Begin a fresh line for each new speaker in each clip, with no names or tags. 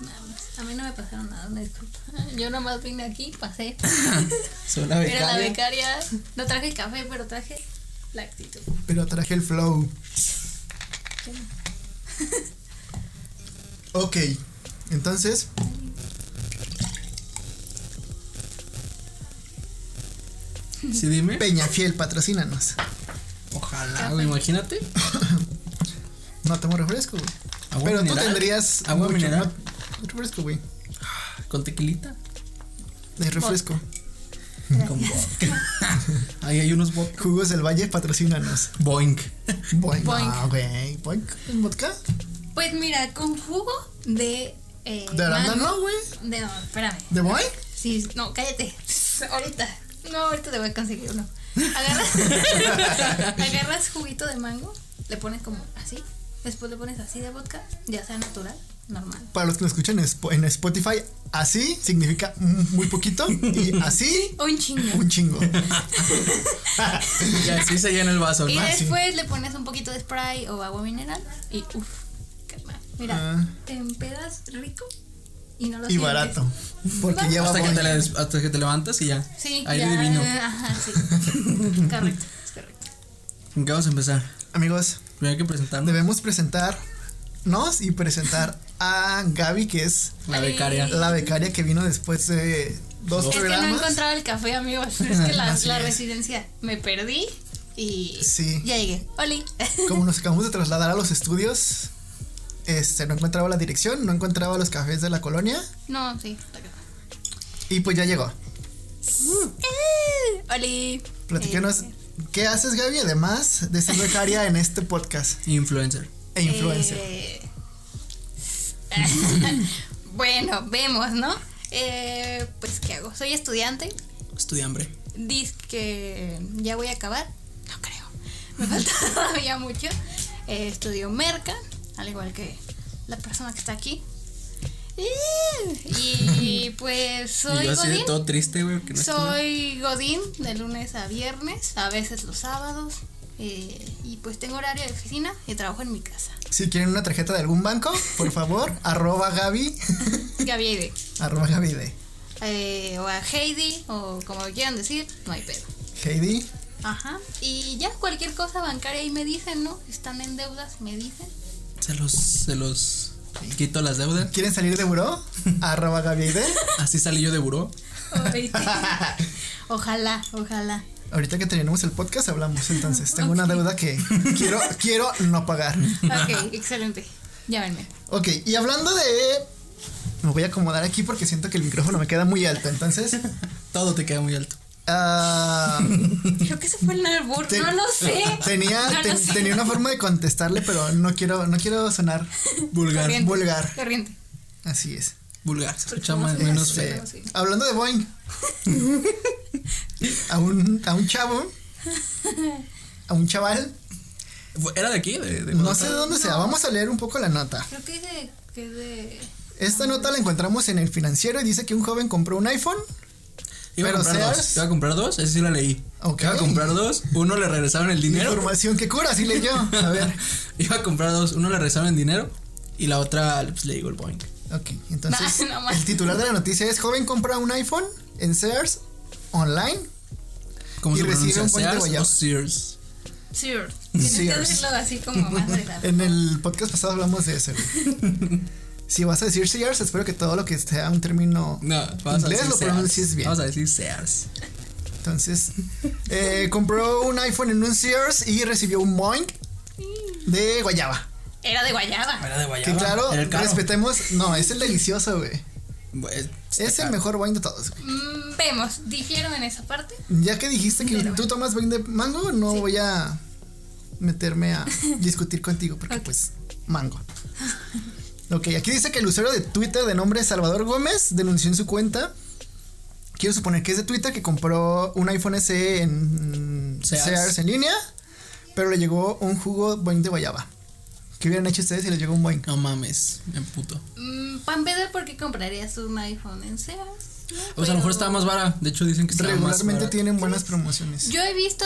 Mames, A mí no me pasaron nada, una disculpa. Yo nomás vine aquí, pasé.
Soy una
Era la
becaria.
becaria. No traje café, pero traje la actitud.
Pero traje el flow. ok, entonces.
Sí, dime.
Peñafiel, patrocínanos.
Ojalá, güey, imagínate.
No tomo refresco, güey.
Agua
Pero tú
mineral.
tendrías.
Agua
mucho
mineral.
más- Refresco, güey.
Con tequilita.
De refresco.
Con vodka. Ahí hay unos vodka.
Jugos del Valle, patrocínanos.
Boing.
Boing.
Boing.
No, güey. Boing. ¿En vodka?
Pues mira, con jugo de. Eh,
¿De arándano,
mango.
güey?
De no, espérame.
¿De boing?
Sí, no, cállate. Ahorita. No, ahorita te voy a conseguir uno. Agarras, agarras juguito de mango, le pones como así, después le pones así de vodka, ya sea natural, normal.
Para los que nos escuchan en Spo- en Spotify, así significa mm, muy poquito y así
O Un chingo.
un chingo.
Y así se llena el vaso.
Y
¿no?
después le pones un poquito de spray o agua mineral y uff, carnal. Mira,
Ah.
te empedas rico y no lo
Y
sientes.
barato. Porque
Vamos.
lleva
Hasta que, te
boing.
le- hasta que te levantas y ya.
Sí,
Ahí
ya. eh,
le divino.
Ajá, sí. Correcto, es correcto.
¿Con qué vamos a empezar?
Amigos,
Primero hay que presentarnos.
debemos presentarnos y presentar a Gaby, que es
La becaria.
la becaria que vino después de dos
Es
Es que no
programas.
encontraba el café, amigos. Es que la,
Así
la
es.
residencia me perdí y
Sí.
ya llegué. Oli.
Como nos acabamos de trasladar a los estudios, este, no encontraba la dirección, no encontraba los cafés de la colonia
No, sí.
y pues ya llegó.
Eh, Oli.
Platícanos,
Eh,
¿qué haces Gaby además de ser becaria en este podcast
Influencer.
e influencer?
Eh, bueno, vemos, ¿no? Eh, pues, ¿qué hago? Soy estudiante.
Estudiambre.
Dice que ya voy a acabar. No creo. Me falta todavía mucho. Eh, estudio merca, al igual que la persona que está aquí. Y pues
Y
soy
yo así de
Godín.
todo triste, güey. porque no estuve.
Soy Godín de lunes a viernes, a veces los sábados. eh, y pues tengo horario de oficina y trabajo en mi casa.
Si quieren una tarjeta de algún banco, por favor, arroba Gaby,
Gaby Aide.
arroba Gaby de
eh, o a Heidi, o como quieran decir, no hay pedo.
Heidi.
Ajá. Y ya cualquier cosa bancaria ahí me dicen, ¿no? Si están en deudas, me dicen.
Se los. Se los. Quito las deudas.
¿Quieren salir de buró? Arroba Gaby Aide.
Así salí yo de buró.
ojalá, ojalá.
Ahorita que terminemos el podcast hablamos, entonces tengo una deuda que quiero, quiero no pagar.
Ok, excelente. Llámenme.
Ok, y hablando de... Me voy a acomodar aquí porque siento que el micrófono me queda muy alto, entonces...
Todo te queda muy alto.
ah,
Creo que se fue el albur,
te-
no lo sé.
eh, Tenía,
No lo
ten-
sé.
tenía una forma de contestarle, pero no quiero, no quiero sonar
Vulgar.
Corriente,
vulgar.
Corriente.
Así es.
Vulgar. Se escucha más, menos
Este,
feo.
sí.
Hablando de Boeing. a, un, a un chavo. A un chaval.
¿Era de aquí? De, de
No sé de dónde sea. Vamos a leer un poco la nota.
Creo que de, que de.
Esta nota la encontramos en el financiero y dice que un joven compró un iPhone.
Iba a
Pero
comprar
seas-
dos. Iba a comprar dos. Esa sí la leí.
Ok.
Iba a comprar dos. Uno le regresaron el dinero.
Información que cura, así leyó. A ver.
Iba a comprar dos. Uno le regresaron el dinero. Y la otra pues, le digo el Boeing.
Ok, entonces
No, no más.
el titular de la noticia es joven compra un iPhone en Sears online.
¿Cómo
Y
se
recibe
pronuncia?
un puente
¿Sears
guayaba.
o Sears?
Sure. Tienes que
Sears.
decirlo así como más de la-
En el podcast pasado hablamos de eso. güey. si vas a decir Sears, espero que todo lo que sea un término
No, vamos a
inglés
decir
lo pronuncies
Sears.
bien.
Vamos a decir Sears.
Entonces, eh, compró un iPhone en un Sears y recibió un Boeing de guayaba.
Era de Guayaba.
Era de guayaba.
Que claro,
Era el Pues, caro.
respetemos. No, es el delicioso, güey.
Bueno,
Es el mejor Boeing de todos. güey.
Mm, vemos, dijeron en esa parte.
Ya que dijiste que tú tomas Boeing de mango, no voy a meterme a discutir contigo porque
Ok.
pues mango. Ok, aquí dice que el usuario de Twitter de nombre Salvador Gómez denunció en su cuenta. Quiero suponer que es de Twitter que compró un iPhone SE en
Sears.
Sears, en línea, pero le llegó un jugo Boeing de guayaba. ¿Qué hubieran hecho ustedes si les llegó un Boeing?
No mames, me puto.
Mm, Pan Pedro, ¿por qué comprarías un iPhone en Sears? No,
O sea, a lo
pero-
mejor estaba más vara. De hecho, dicen que estaba más
Regularmente
barata.
tienen buenas promociones.
mm, Yo he visto.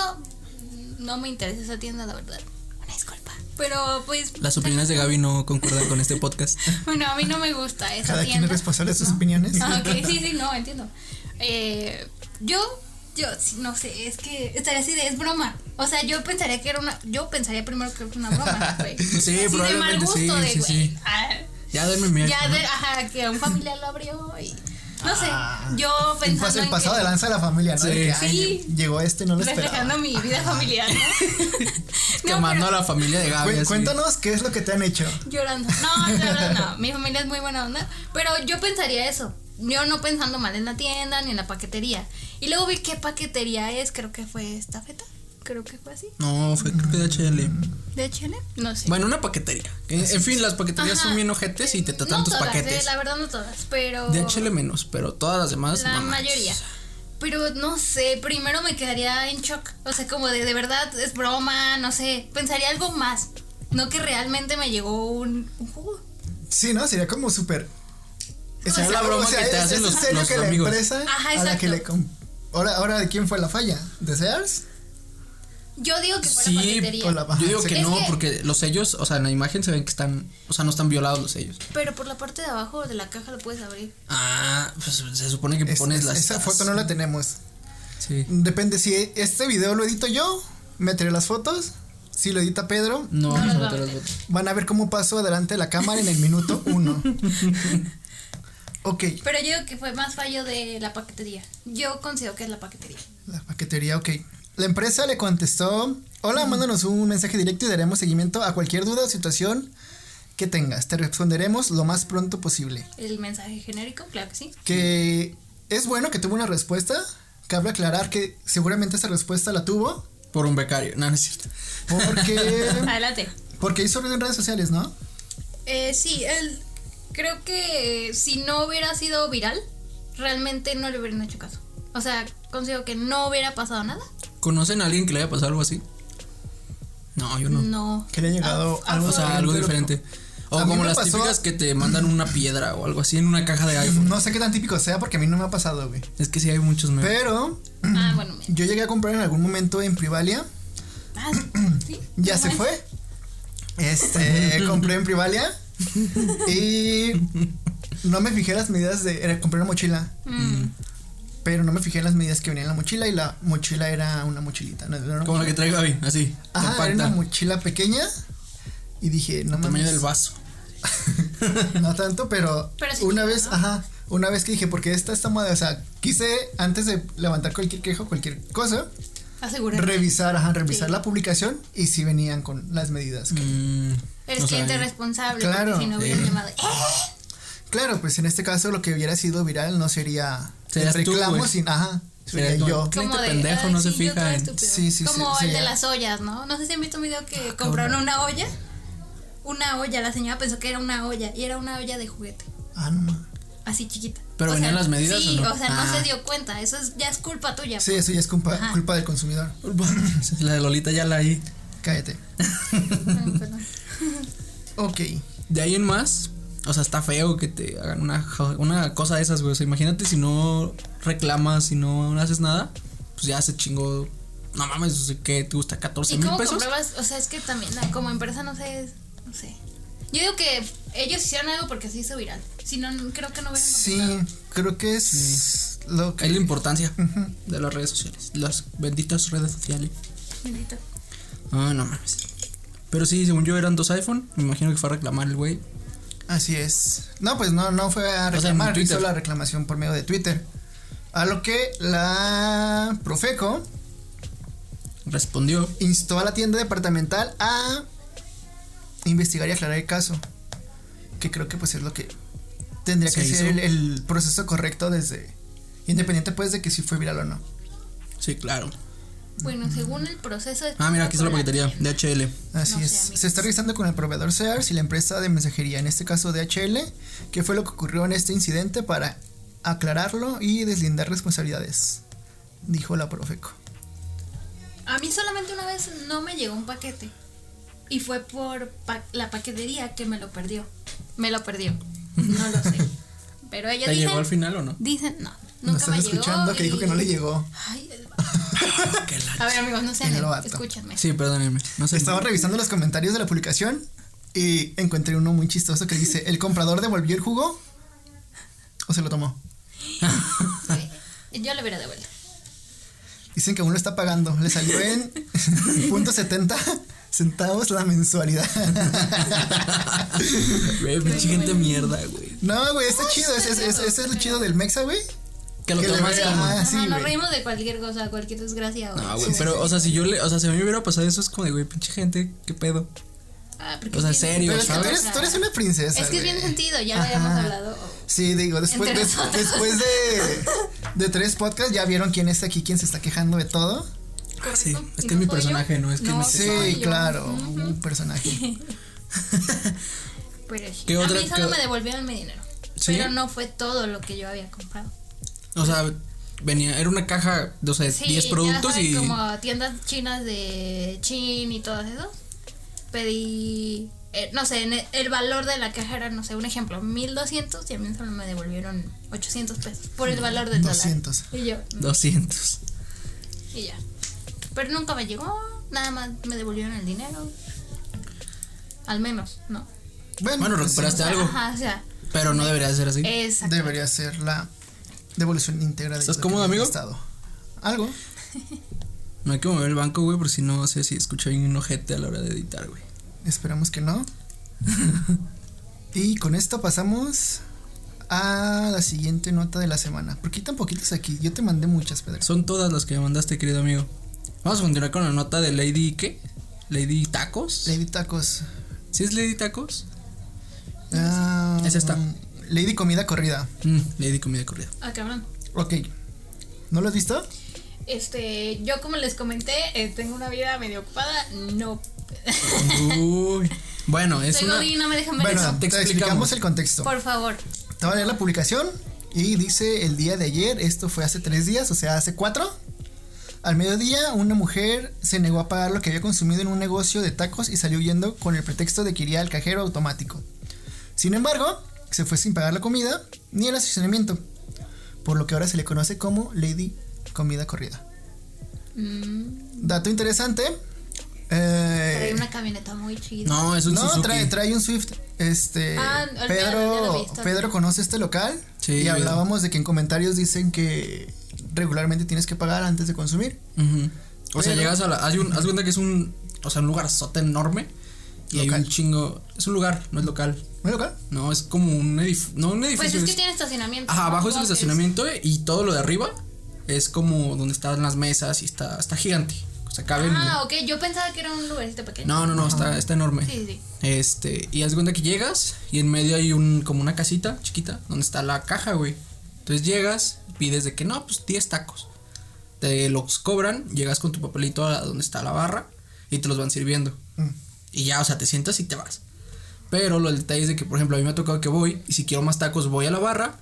No me interesa esa tienda, la verdad. Una disculpa. Pero pues.
Las opiniones de Gaby no concuerdan con este podcast.
Bueno, a mí no me gusta esa
Cada quien
tienda.
es responsable de sus
No.
opiniones.
Ah, ok, sí, sí, no, entiendo. Eh, yo, yo, sí, no sé, es que estaría así de, es broma. O sea, yo pensaría que era una, yo pensaría primero que era una broma, güey.
Sí,
Así de mal
probablemente,
gusto,
sí,
de,
sí,
güey,
sí.
ah,
Ya duerme mi
ya de, ajá, que un familiar lo abrió y, no sé, yo
Y
pensando
pues el
en
pasado
que-
de lanza de la familia, ¿no?
Sí.
De que, ay,
Sí.
lle- llegó este, no lo
reflejando
esperaba.
mi vida familiar, ¿no? No,
Quemando
pero-
a la familia de Gaby.
Cué-
así.
Cuéntanos qué es lo que te han hecho.
llorando. No, la verdad no. Mi familia es muy buena onda. Pero yo pensaría eso. Yo no pensando mal en la tienda ni en la paquetería. Y luego vi qué paquetería es. Creo que fue esta feta. Creo que fue así.
No, fue creo que de HL.
¿De HL? No sé.
Bueno, una paquetería. En en fin, las paqueterías
Ajá.
son bien ojetes y te tratan
no
tus
todas,
paquetes.
eh, la verdad no todas. Pero.
De H&M HL menos, pero todas las demás.
La
no manches.
mayoría. Pero no sé, primero me quedaría en shock. O sea, como de de verdad es broma, no sé. Pensaría algo más. No que realmente me llegó un, un jugo.
Sí, ¿no? Sería como súper.
O sea, la
broma que te
es-
hacen
es
los-
en serio
los
que la
amigos.
empresa
Ajá,
a la
exacto.
que le. com- Ahora, ahora, ¿de quién fue la falla? ¿De Sears?
Yo digo que fue
Sí,
la paquetería.
por la
Yo digo que
Es
no,
que-
porque los sellos, o sea, en la imagen se ven que están, o sea, no están violados los sellos.
Pero por la parte de abajo de la caja lo puedes abrir.
Ah, pues se supone que
Es-
pones
es-
las.
esa foto no la tenemos.
Sí.
Depende, si este video lo edito yo, meteré las fotos. Si lo edita Pedro,
No,
No
no,
las
no
va a
te las
meter.
botas.
van a ver cómo paso adelante de la cámara en el minuto uno. ok,
Pero yo digo que fue más fallo de la paquetería. Yo considero que es la paquetería.
la paquetería, ok. La empresa le contestó, hola, mándanos un mensaje directo y daremos seguimiento a cualquier duda o situación que tengas. Te responderemos lo más pronto posible.
El mensaje genérico, claro que sí.
Que es bueno que tuvo una respuesta. Cabe aclarar que seguramente esa respuesta la tuvo
Por un becario. No, no es cierto.
porque,
Adelante.
porque hizo ruido en redes sociales, ¿no?
Eh, sí, el, creo que eh, si no hubiera sido viral, realmente no le hubieran hecho caso. O sea, considero que no hubiera pasado nada.
¿Conocen a alguien que le haya pasado algo así? No, yo no.
No.
Que le ha llegado
Ah,
algo
O sea, algo diferente.
A
O
mí
como
me
las
pasó-
típicas que te mandan una piedra o algo así en una caja de iPhone.
No sé qué tan típico sea porque a mí no me ha pasado, güey.
Es que sí hay muchos memes.
Pero
Ah, bueno. mira.
yo llegué a comprar en algún momento en Privalia.
Ah, sí.
Ya
No
se
manches.
fue. Este, compré en Privalia y no me fijé las medidas de era compré una mochila,
Mm.
pero no me fijé en las medidas que venía en la mochila y la mochila era una mochilita, no, era una-
Como la que trae Gaby, así.
Ajá, era
compacta.
una mochila pequeña y dije, no
tamaño
mames,
del vaso.
no tanto, pero,
Pero sí
una
llega,
vez,
¿no?
ajá, una vez que dije, porque esta está moda, o sea, quise antes de levantar cualquier queja, o cualquier cosa,
Asegurar.
revisar, ajá, revisar
Sí.
la publicación y si venían con las medidas. que-
Mm,
Eres
o sea,
cliente responsable.
Claro.
porque Si no hubieran
Sí. Ah,
llamado. ¡Eh!
Claro, pues en este caso lo que hubiera sido viral no sería el
Serías tú,
reclamo,
güey.
sino, ajá, sería
Serías tú.
yo.
Cliente pendejo,
"Ay,
no se
sí, yo todo
fija en-
estúpido".
Sí, sí,
Como
sí,
el
sí, Ah,
de
ya.
las ollas, ¿no? No sé si han visto un video que compraron
cabrón.
una olla. Una olla, la señora pensó que era una olla y era una olla de juguete,
Ah, no. ma.
así chiquita.
¿Pero
O
venían
sea,
las medidas
Sí,
o no?
sea, no
Ah.
se dio cuenta. Eso es, ya es culpa tuya.
Sí, eso ya es culpa,
Ajá.
culpa del consumidor.
La de Lolita ya la ahí.
Cállate.
Ay, perdón.
Ok.
De ahí en más, o sea, está feo que te hagan una, ja- una cosa de esas, güey. O sea, imagínate si no reclamas, si no haces nada, pues ya se chingó. No mames, o sea, ¿qué te gusta? ¿14
¿Y
mil
cómo
pesos?
compruebas? O sea, es que también la- como empresa no sé, es- no sé. Yo digo que ellos hicieron algo porque se hizo viral. Si no, creo que no hubieran
Sí,
contestado.
creo que es lo que...
Es la importancia de las redes sociales, las benditas redes sociales.
Bendito.
Ah, no mames. Pero sí, según yo eran dos iPhone, me imagino que fue a reclamar el güey.
Así es. No, pues no, no fue a
en
reclamar,
Twitter.
hizo la reclamación por medio de Twitter. A lo que la Profeco
Respondió.
instó a la tienda departamental a investigar y aclarar el caso. Que creo que pues es lo que tendría
Se
que ser el,
hizo.
el proceso correcto desde... Independiente pues de que si fue viral o no.
Sí, claro.
Bueno, según el proceso. de-
Ah, mira, aquí está la paquetería, DHL.
Así
No sé,
es.
amigos.
Se está revisando con el proveedor Sears y la empresa de mensajería, en este caso DHL, qué fue lo que ocurrió en este incidente para aclararlo y deslindar responsabilidades, dijo la Profeco.
A mí solamente una vez no me llegó un paquete. Y fue por pa- la paquetería que me lo perdió. Me lo perdió. No lo sé. Pero ella
¿Te
dicen,
llegó al final o no?
Dicen, no.
¿No
Nunca
estás
me llegó.
escuchando que dijo que no le
y-
llegó?
Ay,
Qué la-
A ver, amigos, no sean.
Y no lo ato.
Escúchenme.
Ah, Sí, perdónenme. No sé.
Estaba revisando los comentarios de la publicación y encontré uno muy chistoso que dice, ¿el comprador devolvió el jugo? ¿O se lo tomó?
Yo le hubiera devuelto.
Dicen que aún lo está pagando. Le salió en punto .70 centavos la mensualidad.
Güey, pinche gente mierda, güey.
No, güey, está chido. Ese es, es- ese es lo chido del Mexa, güey.
Que lo
Que le
tomas
vea.
como.
Ah, sí,
no, no, nos
güey.
reímos de cualquier cosa, cualquier desgracia. o-
No, güey, pero, o sea, si yo le. O sea, si a mí me hubiera pasado eso, es como de, güey, pinche gente, qué pedo.
Ah, porque
o sea,
es bien-
serio,
Pero es que tú
¿sabes?
eres, tú eres una princesa.
Es que es bien
güey.
sentido, ya lo
Ajá.
habíamos hablado.
Sí, digo, después,
Entre
des-
nosotros.
después de, de tres podcasts ya vieron quién está aquí, quién se está quejando de todo.
¿correcto?
Ah, sí, es
¿Y
que es
soy
mi
yo?
personaje, no es que me-
soy
Sí,
yo.
claro,
Ujú.
un personaje.
Pero sí.
¿Qué
a
otra-
mí
qué
solo
o-
me devolvieron mi dinero.
¿Sí?
Pero no fue todo lo que yo había comprado.
O sea, venía. Era una caja, de, o sea, de
Sí,
10
ya
productos
saben,
y.
como tiendas chinas de chin y todas esas. Pedí, eh, no sé, en el, el valor de la caja era, no sé, un ejemplo, 1200 y a mí solo me devolvieron 800 pesos por el valor del dólar.
200.
Y yo,
200.
y ya. Pero nunca me llegó, nada más me devolvieron el dinero. Al menos, ¿no?
Bueno,
pues
recuperaste algo.
Ajá, o sea,
Pero no debería ser así.
sí,
exacto.
Debería ser la devolución íntegra de
¿Estás
lo que
cómodo,
me
amigo?
has gastado. Algo.
No hay que mover el banco, güey, porque si no, no sé si escucha bien un ojete a la hora de editar, güey.
Esperamos que no. y con esto pasamos a la siguiente nota de la semana. ¿Por qué tan poquitas aquí? Yo te mandé muchas, Pedro.
Son todas las que me mandaste, querido amigo. Vamos a continuar con la nota de Lady, ¿qué? Lady Tacos.
Lady Tacos.
¿Sí es Lady Tacos?
Ah,
Es esta.
Lady Comida Corrida.
Mm, Lady Comida Corrida.
Ah, cabrón.
Ok. ¿No lo has visto?
Este, yo como les comenté, eh, tengo una vida medio ocupada, no.
Uy. Bueno, es
Soy
una.
Godín, no me dejan ver
Bueno,
eso.
te
te explicamos.
explicamos.
el contexto.
Por favor.
Te voy a leer la publicación y dice el día de ayer, esto fue hace tres días, o sea, hace cuatro. Al mediodía, una mujer se negó a pagar lo que había consumido en un negocio de tacos y salió huyendo con el pretexto de que iría al cajero automático. Sin embargo, se fue sin pagar la comida ni el estacionamiento, por lo que ahora se le conoce como Lady Comida Corrida.
Mm,
Dato interesante. eh,
trae una camioneta muy chida.
No, es un
no,
Suzuki.
trae, trae un Swift. Este
Ah, olvídalo, ya lo he
Pedro,
visto.
Pedro conoce este local
Sí,
y
yo-
hablábamos de que en comentarios dicen que regularmente tienes que pagar antes de consumir.
Ujú. O sea,
Pero-
llegas a la. Hay un, haz cuenta que es un. O sea, un lugar sota enorme. Y hay
Local.
un chingo. Es un lugar, no es local.
¿No es local?
No, es como un edificio. No, un edificio.
Pues es que
es-
tiene estacionamiento.
Ajá,
¿no?
abajo es el
Como que
estacionamiento y todo lo de arriba es como donde están las mesas y está, está gigante. O sea, caben.
Ah, ok, yo pensaba que era un lugarcito pequeño.
No, no, no, está, está enorme.
Sí, sí.
Este, y haz cuenta que llegas y en medio hay un, como una casita chiquita donde está la caja, güey. Entonces llegas, pides de que no, pues 10 tacos. Te los cobran, llegas con tu papelito a donde está la barra y te los van sirviendo.
Mm.
Y ya, o sea, te sientas y te vas. Pero lo del detalle es de que, por ejemplo, a mí me ha tocado que voy y si quiero más tacos voy a la barra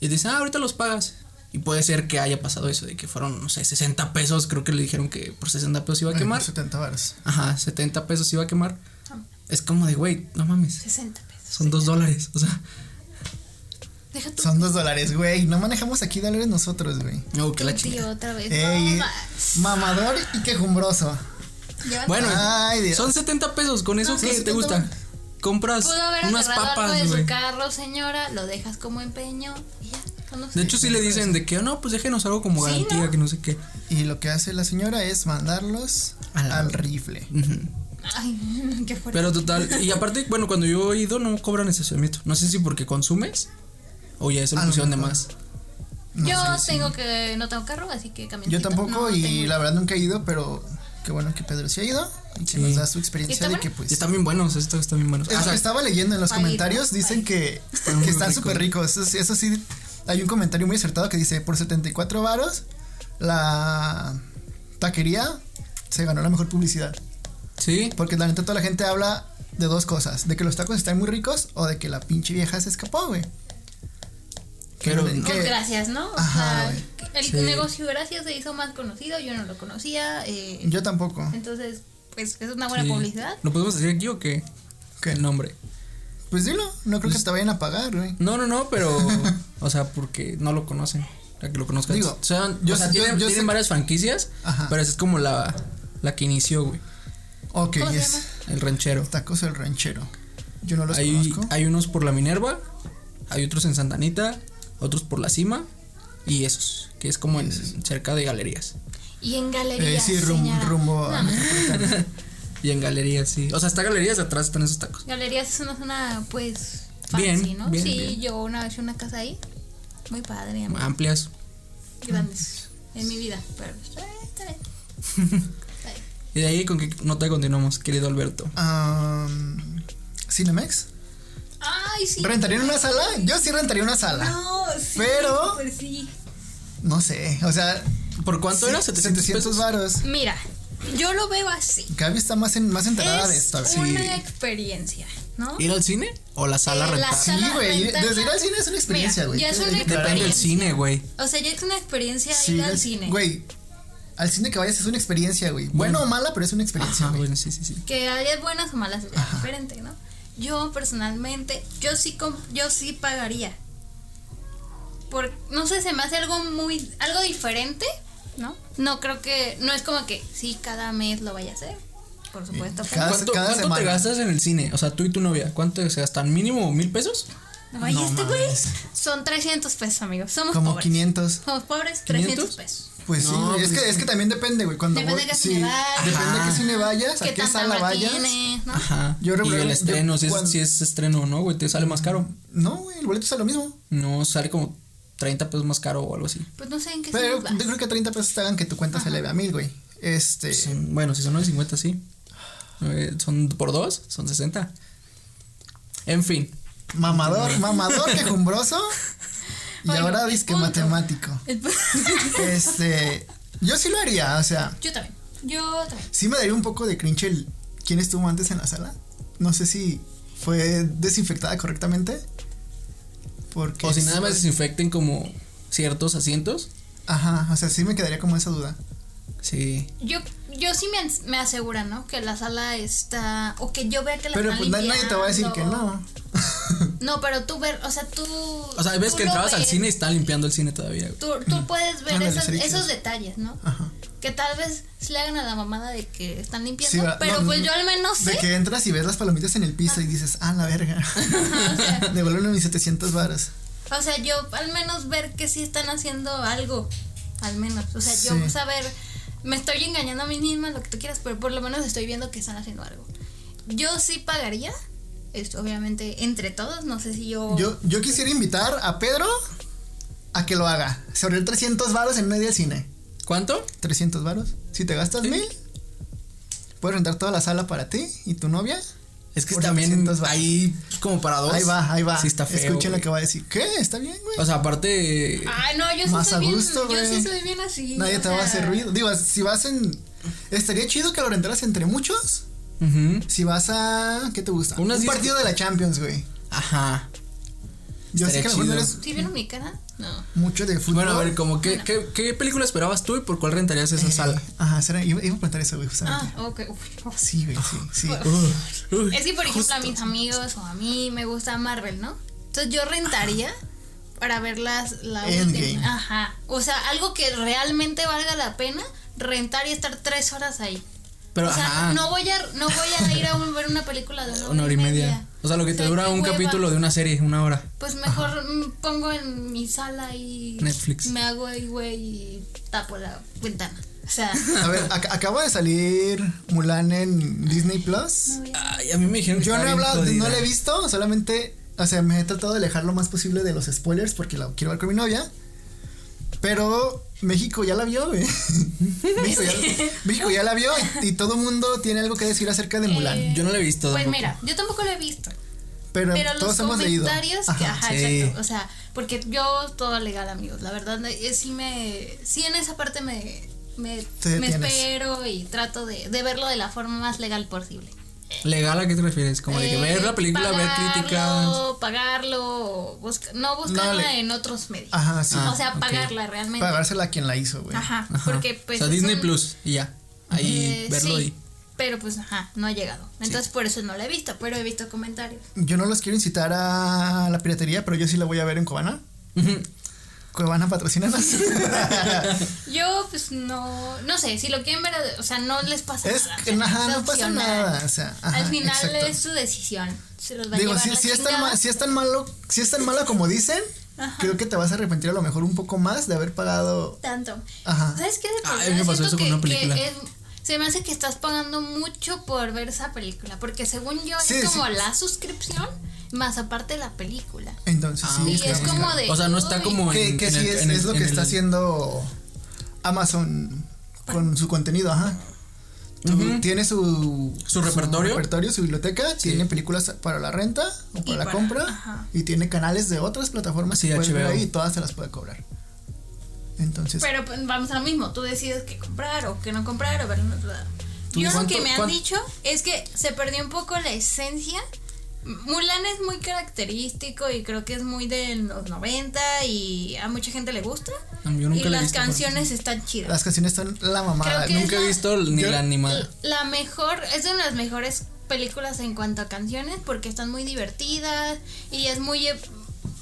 y te dicen, ah, ahorita los pagas. Y puede ser que haya pasado eso, de que fueron, no sé, 60 pesos, creo que le dijeron que por 60 pesos iba a
Ay,
quemar.
70 varas.
Ajá, 70 pesos iba a quemar.
Ah,
Es como de, güey, no mames,
60 pesos.
son 2 dólares. O sea,
Deja tu
Son dos dólares, güey. No manejamos aquí dólares nosotros, güey.
no, que la
tío
chingada. Eh,
otra vez.
Ey,
No, va.
mamador y quejumbroso.
Llevan-
Bueno,
Ay, Dios.
son 70 pesos, con eso
No,
que
son
te
70
gusta. Compras
Pudo haber
unas
agarrado algo
papas,
de
güey.
su carro, señora, lo dejas como empeño y ya. son los-
De hecho, sí le dicen de que, no, pues déjenos algo como
Sí,
garantía,
¿no?
que no sé qué.
Y lo que hace la señora es mandarlos
A la-
al rifle.
Ujú.
Ay, qué fuerte.
Pero total, y aparte, bueno, cuando yo he ido no cobran estacionamiento. No sé si porque consumes o ya es
A
la
lo
función de
mejor.
más.
yo tengo que. No tengo carro, así que camioneta.
Yo tampoco
no,
y
tengo-
la verdad nunca he ido, pero qué bueno que Pedro sí ha ido y que
Sí.
nos da su
¿Y
experiencia
está
de
bueno?
que pues...
Y están bien buenos, estos están bien buenos.
Es
Ah, o
lo
sea,
que estaba leyendo en los
Ay,
comentarios, dicen
ay.
que,
muy
que están
ricos.
súper ricos. Eso, sí- eso sí, hay un comentario muy acertado que dice, por 74 varos, la taquería se ganó la mejor publicidad.
sí,
Porque la neta toda la gente habla de dos cosas, de que los tacos están muy ricos o de que la pinche vieja se escapó, güey. Que
Pero
no-
no.
Pues
que-
gracias, ¿no? O
Ajá,
sea, el
Sí.
negocio gracias se hizo más conocido, yo no lo conocía. eh,
yo tampoco.
Entonces, pues es una buena
sí.
publicidad.
¿Lo podemos decir aquí o qué?
¿Qué?
El nombre. Pues
Pues dilo, no creo que te vayan a pagar, güey.
No, no, no, pero. o sea, porque no lo conocen. la que lo conozcas.
Digo,
o sea,
yo
o sea,
sé- yo-
tienen,
yo
tienen
sé-
varias franquicias,
Ajá.
pero esa es como la, la que inició, güey.
Ok,
¿Cómo se
es
llama?
El ranchero.
Tacos el Ranchero. Yo no los
Hay,
conozco.
hay unos por la Minerva, hay otros en Santa Anita, otros por la Cima y esos, que es como en cerca de galerías.
Y en
Eh,
galerías.
sí, rum-
señora.
rumbo a
No,
Metropolitana.
Y en galerías, sí. O sea, hasta galerías de atrás están esos tacos.
Galerías es una zona, pues, fancy,
Bien,
¿no?
bien,
sí,
bien.
yo una vez fui a una casa ahí. Muy padre, amor.
Amplias.
Grandes. En mi vida, pero. eh, está bien. Está bien.
Y de ahí con qué nota continuamos, querido Alberto.
Am, Cinemex.
Ay, sí.
¿Rentarían una sala? Yo sí rentaría una sala.
No, sí.
Pero-
pues sí.
No, sé. O sea,
¿Por cuánto era? 700,
700
pesos.
varos.
Mira, yo lo veo así.
Gaby está más, en, más enterada de
Es
esto.
una
Sí.
experiencia, ¿no?
¿Ir al cine o la sala
Eh, la
rentada?
sala-
Sí, güey.
rentarla-
Desde ir al cine es una experiencia,
Mira,
güey.
ya es una
Hay que aclararlo.
Depende del cine, güey.
O sea, ya es una experiencia
Sí,
ir al
al-
cine.
Güey, al cine que vayas es una experiencia, güey. Bueno o mala, pero es una experiencia.
Ajá,
güey.
Ah, bueno, sí, sí, sí.
Que haya buenas o malas, es diferente, ¿no? Yo personalmente, yo sí com- yo sí pagaría. Por, no sé, se me hace algo muy, algo diferente, ¿no? No creo que, no es como que sí cada mes lo vaya a hacer, por supuesto. pero
Eh, Cada-
¿Cuánto,
cada
cuánto te
semana.
gastas en el cine? O sea, tú y tu novia, ¿cuánto se gastan? ¿Mínimo mil pesos?
no, vaya
no
este güey.
mames.
Son 300 pesos, amigos. Somos
Como
pobres.
500.
Somos pobres, 300
¿500?
pesos.
Pues sí,
No,
güey, es,
pues
que, es que también depende, güey. Cuando
Depende
voy-
de qué
sí,
cine vayas.
Depende de
Ajá.
qué cine vayas, a
¿Qué
qué
tanta
sala
hora
vayas.
tienes, no?
Ajá. y
Yo
el
regularmente-
estreno,
yo
si, es,
cuando-
si es estreno, ¿no, güey? Te sale más caro.
No, güey, el boleto está lo mismo.
No, sale como 30 pesos más caro o algo así.
Pues no sé en qué
Pero
se
yo creo que 30 pesos te hagan que tu cuenta se eleve a mil, güey. Este.
Son- Pues, mm, bueno, si son 9.50, sí. Eh, son por dos, son 60. En fin.
Mamador, mamador, quejumbroso. Y
Bueno,
ahora dice que
punto.
matemático. Este. Yo sí lo haría, o sea,
Yo también. Yo también.
sí me daría un poco de cringe el quién estuvo antes en la sala. No sé si fue desinfectada correctamente. Porque.
O si nada más desinfecten como ciertos asientos.
Ajá, o sea, sí me quedaría como esa duda.
Sí.
Yo, yo sí me, ans- me aseguro, ¿no? Que la sala está. O que yo vea que la
Pero
están
pues nadie te va a decir que
limpiando.
no.
No, pero tú ver. O sea, tú.
O sea, hay veces que entrabas al cine y estaban limpiando el cine todavía, güey.
Tú, tú puedes ver
Ándale,
esas-
sería
esos
chido.
detalles, ¿no?
Ajá.
Que tal vez se le hagan a la mamada de que están limpiando.
Sí, va-
pero
no,
pues
no,
yo al menos
De
sé.
que entras y ves las palomitas en el piso y dices, ah, la verga. Devuélveme mis 700 varas.
O sea, yo al menos ver que sí están haciendo algo. Al menos. O sea, yo
Sí.
saber. Me estoy engañando a mí misma, lo que tú quieras, pero por lo menos estoy viendo que están haciendo algo. Yo sí pagaría. Esto, obviamente, entre todos. No sé si yo.
Yo, yo quisiera invitar a Pedro a que lo haga. Se ahorró 300 varos en medio del cine.
¿Cuánto?
300 varos. Si te gastas mil, puedes rentar toda la sala para ti y tu novia.
Es que
Por
también
700 varos.
ahí pues, como para dos.
Ahí va, ahí va.
Sí está feo.
Escuchen lo
güey.
que va a decir. ¿Qué? ¿Está bien, güey?
O sea, aparte.
Ay, no, yo sí
Más
soy
a
bien.
gusto,
yo sí
güey.
soy bien así.
Nadie
o
te va a
sea,
hacer ruido. Digo, si vas en... Estaría chido que lo rentaras entre muchos.
ujú.
Si vas a... ¿Qué te gusta?
Unas
Un
diez-
partido de la Champions, güey.
Ajá.
Yo sé
Estaría
que a lo mejor no
chido.
eres
¿Sí vieron mi cara? No.
mucho de fútbol.
Bueno, a ver, como que, ¿qué, qué película esperabas tú y por cuál rentarías esa
Eh,
sala?
Ajá, será- iba, iba a preguntar eso, güey, justamente.
Ah, ok. Uf.
Sí, güey, sí, sí.
Uy,
Es que, por ejemplo,
justo.
a mis amigos o a mí me gusta Marvel, ¿no? Entonces yo rentaría para ver las, la
Endgame.
última. Ajá. O sea, algo que realmente valga la pena rentar y estar tres horas ahí.
Pero
o sea,
ajá.
no voy a no voy a ir a un- ver una película de una,
una hora y media. O sea, lo que te dura
qué
un
hueva.
capítulo de una serie, una hora.
Pues mejor mm, pongo en mi sala y
Netflix.
me hago ahí, güey, y tapo la ventana. O sea,
A ver, ac- acaba de salir Mulan en Disney Plus.
Ay, a mí me dijeron que
Yo
estaba
no he
bien
hablado, no
jodida.
la he visto, solamente, o sea, me he tratado de alejar lo más posible de los spoilers porque la quiero ver con mi novia. Pero México ya la vio, güey. México, ya, México ya la vio y, y todo mundo tiene algo que decir acerca de Mulan.
Yo no la he visto.
pues
tampoco.
mira, yo tampoco lo he visto.
Pero,
Pero los
todos hemos leído.
comentarios que,
Ajá.
ajá,
sí.
exacto. O sea, porque yo todo legal, amigos. La verdad, eh, sí me. Sí, en esa parte me. Me,
Te
me
detienes.
espero y trato de, de verlo de la forma más legal posible.
¿Legal a qué te refieres? Como de que
Eh,
ver la película, ver críticas.
pagarlo, Pagarlo, o busca- no buscarla
le-
en otros medios.
Ajá, sí.
o sea,
Ah, ok.
pagarla realmente.
Pagársela a quien la hizo, güey.
Ajá,
Ajá.
porque pues.
o sea,
es
Disney
un-
Plus y ya. Ahí
eh,
verlo
sí, Pero pues, ajá, no ha llegado. Entonces, por eso no la he visto, pero he visto comentarios.
Yo no los quiero incitar a la piratería, pero yo sí la voy a ver en Cubana.
y. Ujú.
Cuevana, patrocínanos.
Yo, pues no. No sé, si lo quieren ver, o sea, no les pasa
es
nada.
que,
o sea,
ajá,
es
no pasa
opcional.
nada. O sea, ajá,
Al final
exacto.
es su decisión. Se los pues, va a
Digo,
llevar
si,
la
si es tan
chingada.
ma- si es tan malo, si es tan malo como dicen, creo que te vas a arrepentir a lo mejor un poco más de haber pagado.
tanto.
Ajá.
¿Sabes qué?
Ah,
Ay,
a mí me pasó eso con una película.
se me hace que estás pagando mucho por ver esa película, porque según yo
Sí,
es
sí.
como la suscripción más aparte la película.
Entonces,
Ah,
sí.
Y
ok,
es
ok.
como de,
O sea, no está
uy.
como
Que,
en.
que
en
sí
el-
es,
en el-
es lo
en
que está
el-
haciendo Amazon con su contenido, ajá. Tú-
Ujú.
Tiene su,
Su repertorio.
su, repertorio, su biblioteca, tiene películas para la renta o para la
para-
compra
ajá.
y tiene canales de otras plataformas
Sí,
que puedes ver
HBO.
ahí y todas se las puede cobrar. Entonces,
Pero pues, vamos a lo mismo, tú decides qué comprar o qué no comprar o verlo en otro lado.
¿Tú
Yo lo
cuánto-
que me han
cuán-
dicho es que se perdió un poco la esencia. Mulan es muy característico y creo que es muy de los 90 y a mucha gente le gusta.
Yo nunca
y
la he
las
visto, por
canciones están chidas.
las canciones están la mamada.
Creo que
Nunca
es
he
la-
visto ni
Yo- eh,
la animada.
La mejor, es una de las mejores películas en cuanto a canciones porque están muy divertidas y es muy eh,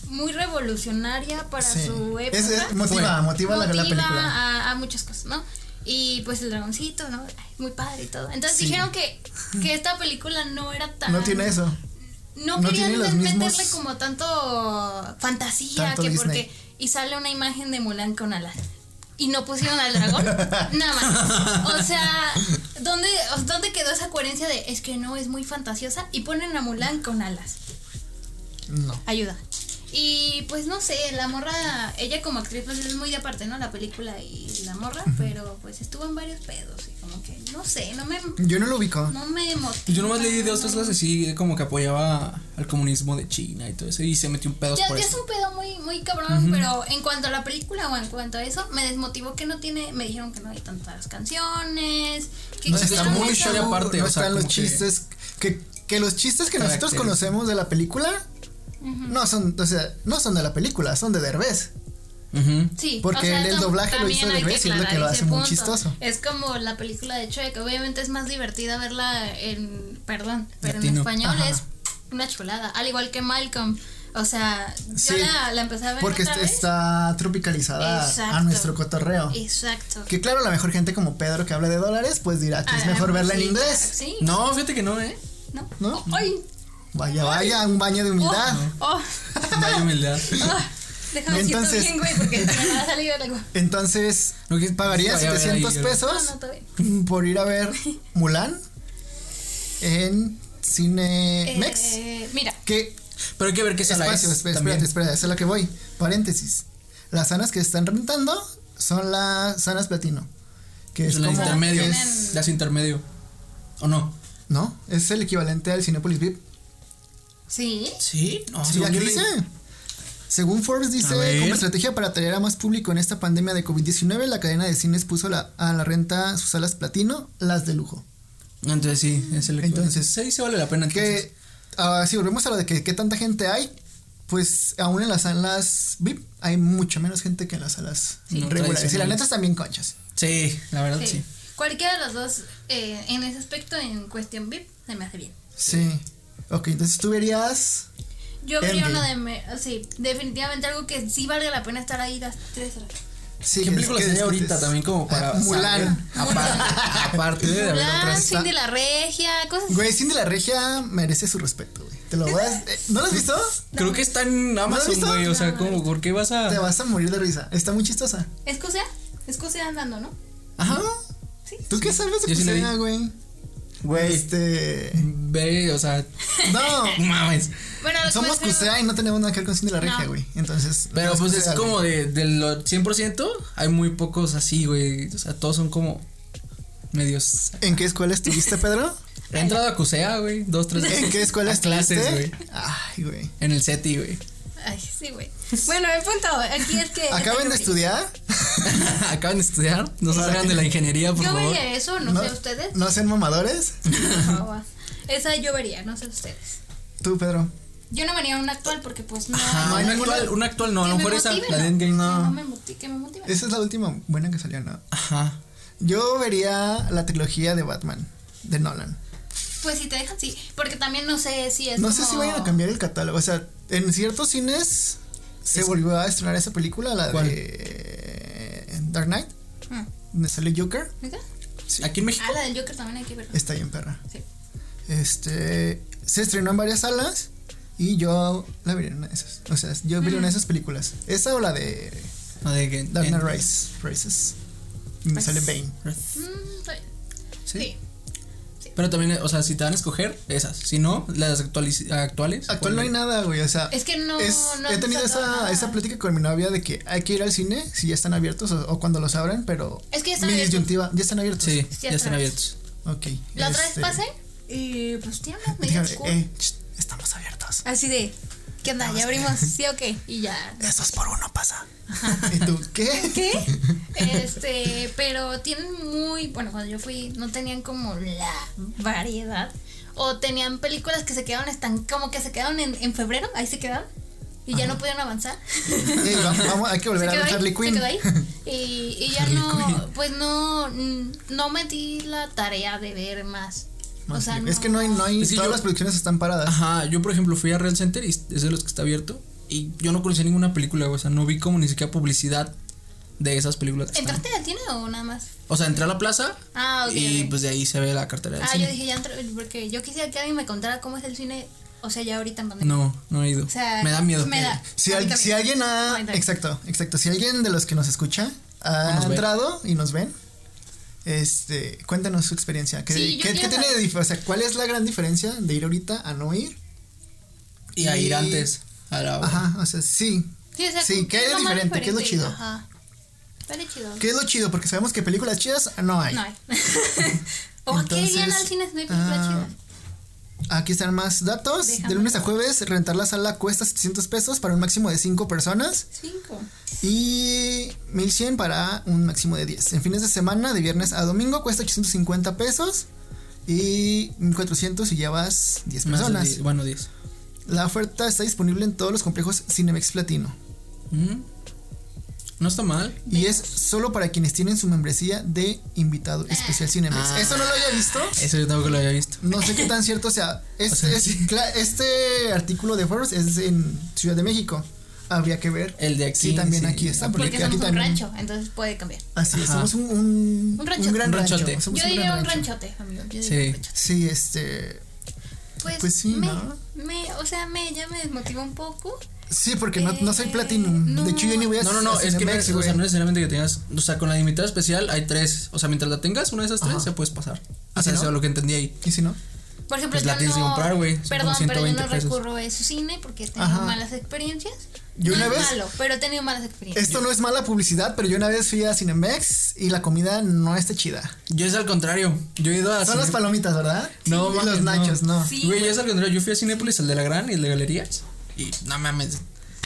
muy revolucionaria para
Sí.
su época.
Es- es- motiva,
Fue.
motiva, la- la,
Motiva
película.
a, a muchas cosas, ¿no? Y pues el dragoncito, ¿no? Ay, Muy padre y todo. Entonces
Sí.
dijeron que, que esta película no era tan...
No tiene eso.
No,
no
querían
tiene los
meterle
mismos-
como tanto fantasía
Tanto
que
Disney.
porque... Y sale una imagen de Mulan con alas. Y no pusieron al dragón. Nada más. O sea, ¿dónde, ¿dónde quedó esa coherencia de es que no es muy fantasiosa? Y ponen a Mulan con alas.
No.
Ayuda. Y pues no sé, la morra, ella como actriz pues es muy de aparte, ¿no? La película y la morra, pero pues estuvo en varios pedos y como que no sé, no me
Yo no lo ubico.
no me motiva.
Pues Yo nomás leí de otras cosas así, como que apoyaba al comunismo de China y todo eso, y se metió un pedo
Ya,
por
ya es
eso.
un pedo muy muy cabrón, pero en cuanto a la película o en cuanto a eso, me desmotivó que no tiene, me dijeron que no hay tantas canciones, que
No,
quizá
está
no
muy
está-
show aparte,
no
o sea,
están los
como que-
chistes que, que los chistes que nosotros
Caracteres.
conocemos de la película no son, o sea, no son de la película, son de Derbez.
Ujú.
Sí,
Porque el- el
tam-
doblaje lo
también
hizo
hay que
Derbez y es lo que
aclarar
lo hace
ese
muy
punto.
chistoso.
Es como la película de Shrek, obviamente es más divertida verla en, perdón, pero en
Latino.
español
Ajá.
es una chulada, al igual que Malcolm. O sea, yo
Sí,
la, la empecé a ver
Porque
otra
est-
vez.
está tropicalizada a
Exacto.
nuestro cotorreo.
Exacto.
Que claro, la mejor gente como Pedro que habla de dólares, pues dirá que es
Ah,
mejor verla en
sí,
inglés.
Sí.
No, fíjate que no, ¿eh?
No. Oh,
¿No?
Ay,
Vaya, vaya, un baño de
oh,
humildad.
oh,
Vaya humildad.
oh. Déjame
Entonces-
Entonces, bien, güey, porque me va a salir algo.
Entonces,
Lo que-
¿pagarías
Vaya, vaya,
700
ahí,
Ah, No,
pesos
no, todavía.
por ir a ver Mulan en Cine Mex?
Eh, mira,
Que
Pero hay que ver qué sala
Espacio,
es.
espera,
también.
espérate, espera, eso es lo que voy. Paréntesis. Las sanas que están rentando son las sanas platino. Que es
Son las
como.
intermedio.
Tienen-
Las intermedio. ¿O no?
No, es el equivalente al Cinepolis VIP.
sí.
Sí, no.
Sí,
según
aquí
yo le-
dice. Según Forbes dice,
Ah, A ver.
como estrategia para atraer a más público en esta pandemia de COVID-19, la cadena de cines puso la- a la renta sus salas platino, las de lujo.
No, Entonces sí, es el
Entonces-
sí, sí vale la pena.
Que,
entonces.
ah, si volvemos a lo de que, que tanta gente hay, pues aún en las salas VIP hay mucho menos gente que en las salas
Sí. No
regulares. Y la
tradicionales.
neta están bien conchas.
Sí, la verdad
Sí.
sí.
Cualquiera de los dos, eh, en ese aspecto, en cuestión VIP, se me hace bien.
Sí. Ok, entonces tú verías.
Yo vería
Endgame.
uno de. me- sí, definitivamente algo que sí valga la pena estar ahí las tres horas.
Sí,
¿Qué
que-
película
que
sería
disfrutes.
ahorita también como para
Ah, Mulan.
saber? Aparte, aparte de haber
Mulan,
otras.
Cindy la Regia, cosas así.
Güey, Cindy la Regia merece su respeto, güey. Te lo voy a. eh, ¿No lo has visto?
Creo que está en Amazon,
visto?
güey. O sea, como, ¿por qué vas
Te
a.?
vas a morir de risa. Está muy chistosa.
Escocia, Escocia andando, ¿no?
Ajá.
Sí.
¿Tú qué sabes de
Yo sí la vi.
cocina, güey?
Güey.
Este.
Ve, o sea,
No.
no mames.
Bueno, pues, lo que
Somos
pasa es que-
Cusea y no tenemos nada que ver con Cindy la Regia,
No.
güey. Entonces.
Pero
no
pues es
Cusea, güey.
como de, del 100%, hay muy pocos así, güey. O sea, todos son como medios.
¿En qué escuela estuviste, Pedro?
He entrado a CUSEA, güey, dos, tres veces.
¿En qué escuela
Pues, A
estuviste?
clases, güey.
Ay, güey.
En el SETI, güey.
Ay, sí, güey. Bueno, el punto aquí es Eh, que.
Acaban de estudiar.
Acaban de estudiar, no salgan de la ingeniería, por
Yo
favor.
vería eso, no, sé ustedes.
No sean mamadores.
por favor. Esa yo vería, no sé ustedes.
Tú, Pedro.
Yo no vería una actual porque, pues, no.
Ajá,
No hay
una
ninguna-
actual, una actual no, a
que
lo
me
mejor esa,
motive,
la de Endgame.
No, me motive, que me motive.
Esa es la última buena que salió, ¿no?
Ajá.
Yo vería la trilogía de Batman, de Nolan.
Pues si te dejan, sí. Porque también no sé si es.
No sé
como-
si vayan a cambiar el catálogo. O sea, en ciertos cines se
Es-
volvió a estrenar esa película, la
¿Cuál?
de Dark Knight,
Ah,
donde sale Joker.
¿neta?
Sí. Aquí en México.
Ah, la del Joker también hay que verla.
Está bien, perra.
Sí.
Este se estrenó en varias salas y yo la vi en una de esas. O sea, yo
Mm.
vi una de esas películas. Esa o la de
La de que-
Dark Knight
en-
Rise, Rises. Y
Pues,
me sale Bane.
Mm, está bien.
Sí.
Sí.
Pero también, o sea, si te van a escoger, esas. Si no, las actualiz- actuales.
Actual no hay nada, güey. O sea,
Es que no.
es-
no
he
han
tenido
sacado
esa,
nada.
esa plática con mi novia de que hay que ir al cine si ya están abiertos o, o cuando los abran, pero.
Es que ya están
mi
abiertos.
disyuntiva, ya están abiertos.
Sí,
Sí,
ya
atrás.
están abiertos.
Ok.
La otra vez
este,
pasé y pues ya me dio
dígame,
oscuro.
eh, ch, estamos abiertos.
Así de, ¿qué onda? ¿Ya abrimos? ¿Sí o qué? Y ya.
Eso es por uno, pasa. ¿Y tú qué?
¿Qué? Este, pero tienen muy. Bueno, cuando yo fui, no tenían como la variedad. O tenían películas que se quedaron están como que se quedaron en, en febrero, ahí se quedaron. Y ya no pudieron avanzar.
Ey, va- vamos, hay que volver
se
a
quedó ahí,
ver Harley
se
Quinn.
quedó ahí. Y, y ya
Harley
no,
Quinn.
pues no, mm, no me di la tarea de ver más.
Más
o sea,
bien. Es que no hay, no hay
Es que
todas
yo-
las producciones están paradas.
Ajá, yo por ejemplo fui a Real Center y es de los que está abierto. Y yo no conocía ninguna película, güey, o sea, no vi como ni siquiera publicidad de esas películas. que están.
¿Entraste al cine o nada más?
O sea, entré a la plaza
Ah, ok.
y
ok.
pues de ahí se ve la cartelera del
ah,
cine.
yo dije ya entré, porque yo quisiera que alguien me contara cómo es el cine, o sea, ya ahorita en pandemia.
No, no he ido.
O sea,
me da miedo.
me da-
Si,
A mí
al-
también.
si alguien
A mí
ha.
también.
Exacto, exacto. Si alguien de los que nos escucha
O
ha
nos ve.
entrado y nos ven, este, cuéntanos su experiencia. ¿Qué,
Sí, yo
qué-
quiero
qué tiene de
saber.
dif- O sea, ¿cuál es la gran diferencia de ir ahorita a no ir?
Y a ir
Y-
antes. A la
Ajá, o sea, sí.
Sí, o sea,
Sí, ¿qué hay de
lo más
diferente? ¿Qué es lo
diferente?
chido?
Ajá. Vale chido.
¿Qué es lo chido? Porque sabemos que películas chidas no hay.
No hay. ¿O a qué irían al cine si no hay películas
ah,
chidas?
Aquí están más datos.
Déjame.
De lunes a jueves, rentar la sala cuesta 700 pesos para un máximo de 5 personas.
Cinco.
Y 1100 para un máximo de 10. En fines de semana, de viernes a domingo, cuesta 850 pesos. Y 1400 si llevas 10
Más de
personas.
diez- bueno, 10.
La oferta está disponible en todos los complejos Cinemex Platino.
Mm. No está mal.
Y es solo para quienes tienen su membresía de invitado especial Cinemex.
Ah.
Eso no lo había visto.
Eso yo tampoco lo había visto.
No sé qué tan cierto sea. Este, es- cla- este artículo de Forbes es en Ciudad de México. Habría que ver.
El de Ah, aquí.
Sí, también
sí.
aquí está.
Porque,
aquí
somos un
también-
rancho, entonces puede cambiar.
Así es,
Ajá.
somos un, un,
Un rancho.
gran
Un
rancho.
ranchote.
somos
Yo
un gran
diría un
rancho.
ranchote, amigo. Yo
Sí.
diría un ranchote.
Sí, este.
Pues,
Pues sí,
me,
¿no?
me, o sea, me, ya me desmotivó un poco.
Sí, porque no, no soy
Eh,
platinum.
no.
De hecho, yo ni voy a
No, no, no,
a
es que no,
Cinemex,
o
güey.
sea, no necesariamente que tengas. O sea, con la limitada especial hay tres. O sea, mientras la tengas, una de esas tres
Ajá.
se puedes pasar.
¿Y
O sea,
si no?
eso es lo que entendí ahí.
¿Y si no?
Por ejemplo,
Pues la
yo
tienes que
no,
comprar, güey, son
Perdón, pero yo
120
no
pesos.
recurro a su cine porque he tenido
Ajá.
malas experiencias.
Yo
no
una
es
vez-
malo, pero he tenido malas experiencias.
Esto no es mala publicidad, pero yo una vez fui a Cinemex y la comida no está chida.
Yo es al contrario. Yo he ido a.
Son las
Cine-
palomitas, ¿verdad?
Ah, No,
Y
mames,
los nachos, no.
Sí,
Güey,
güey.
yo es al contrario. Yo fui a Cinépolis, al de la Gran y el de Galerías. Y no mames.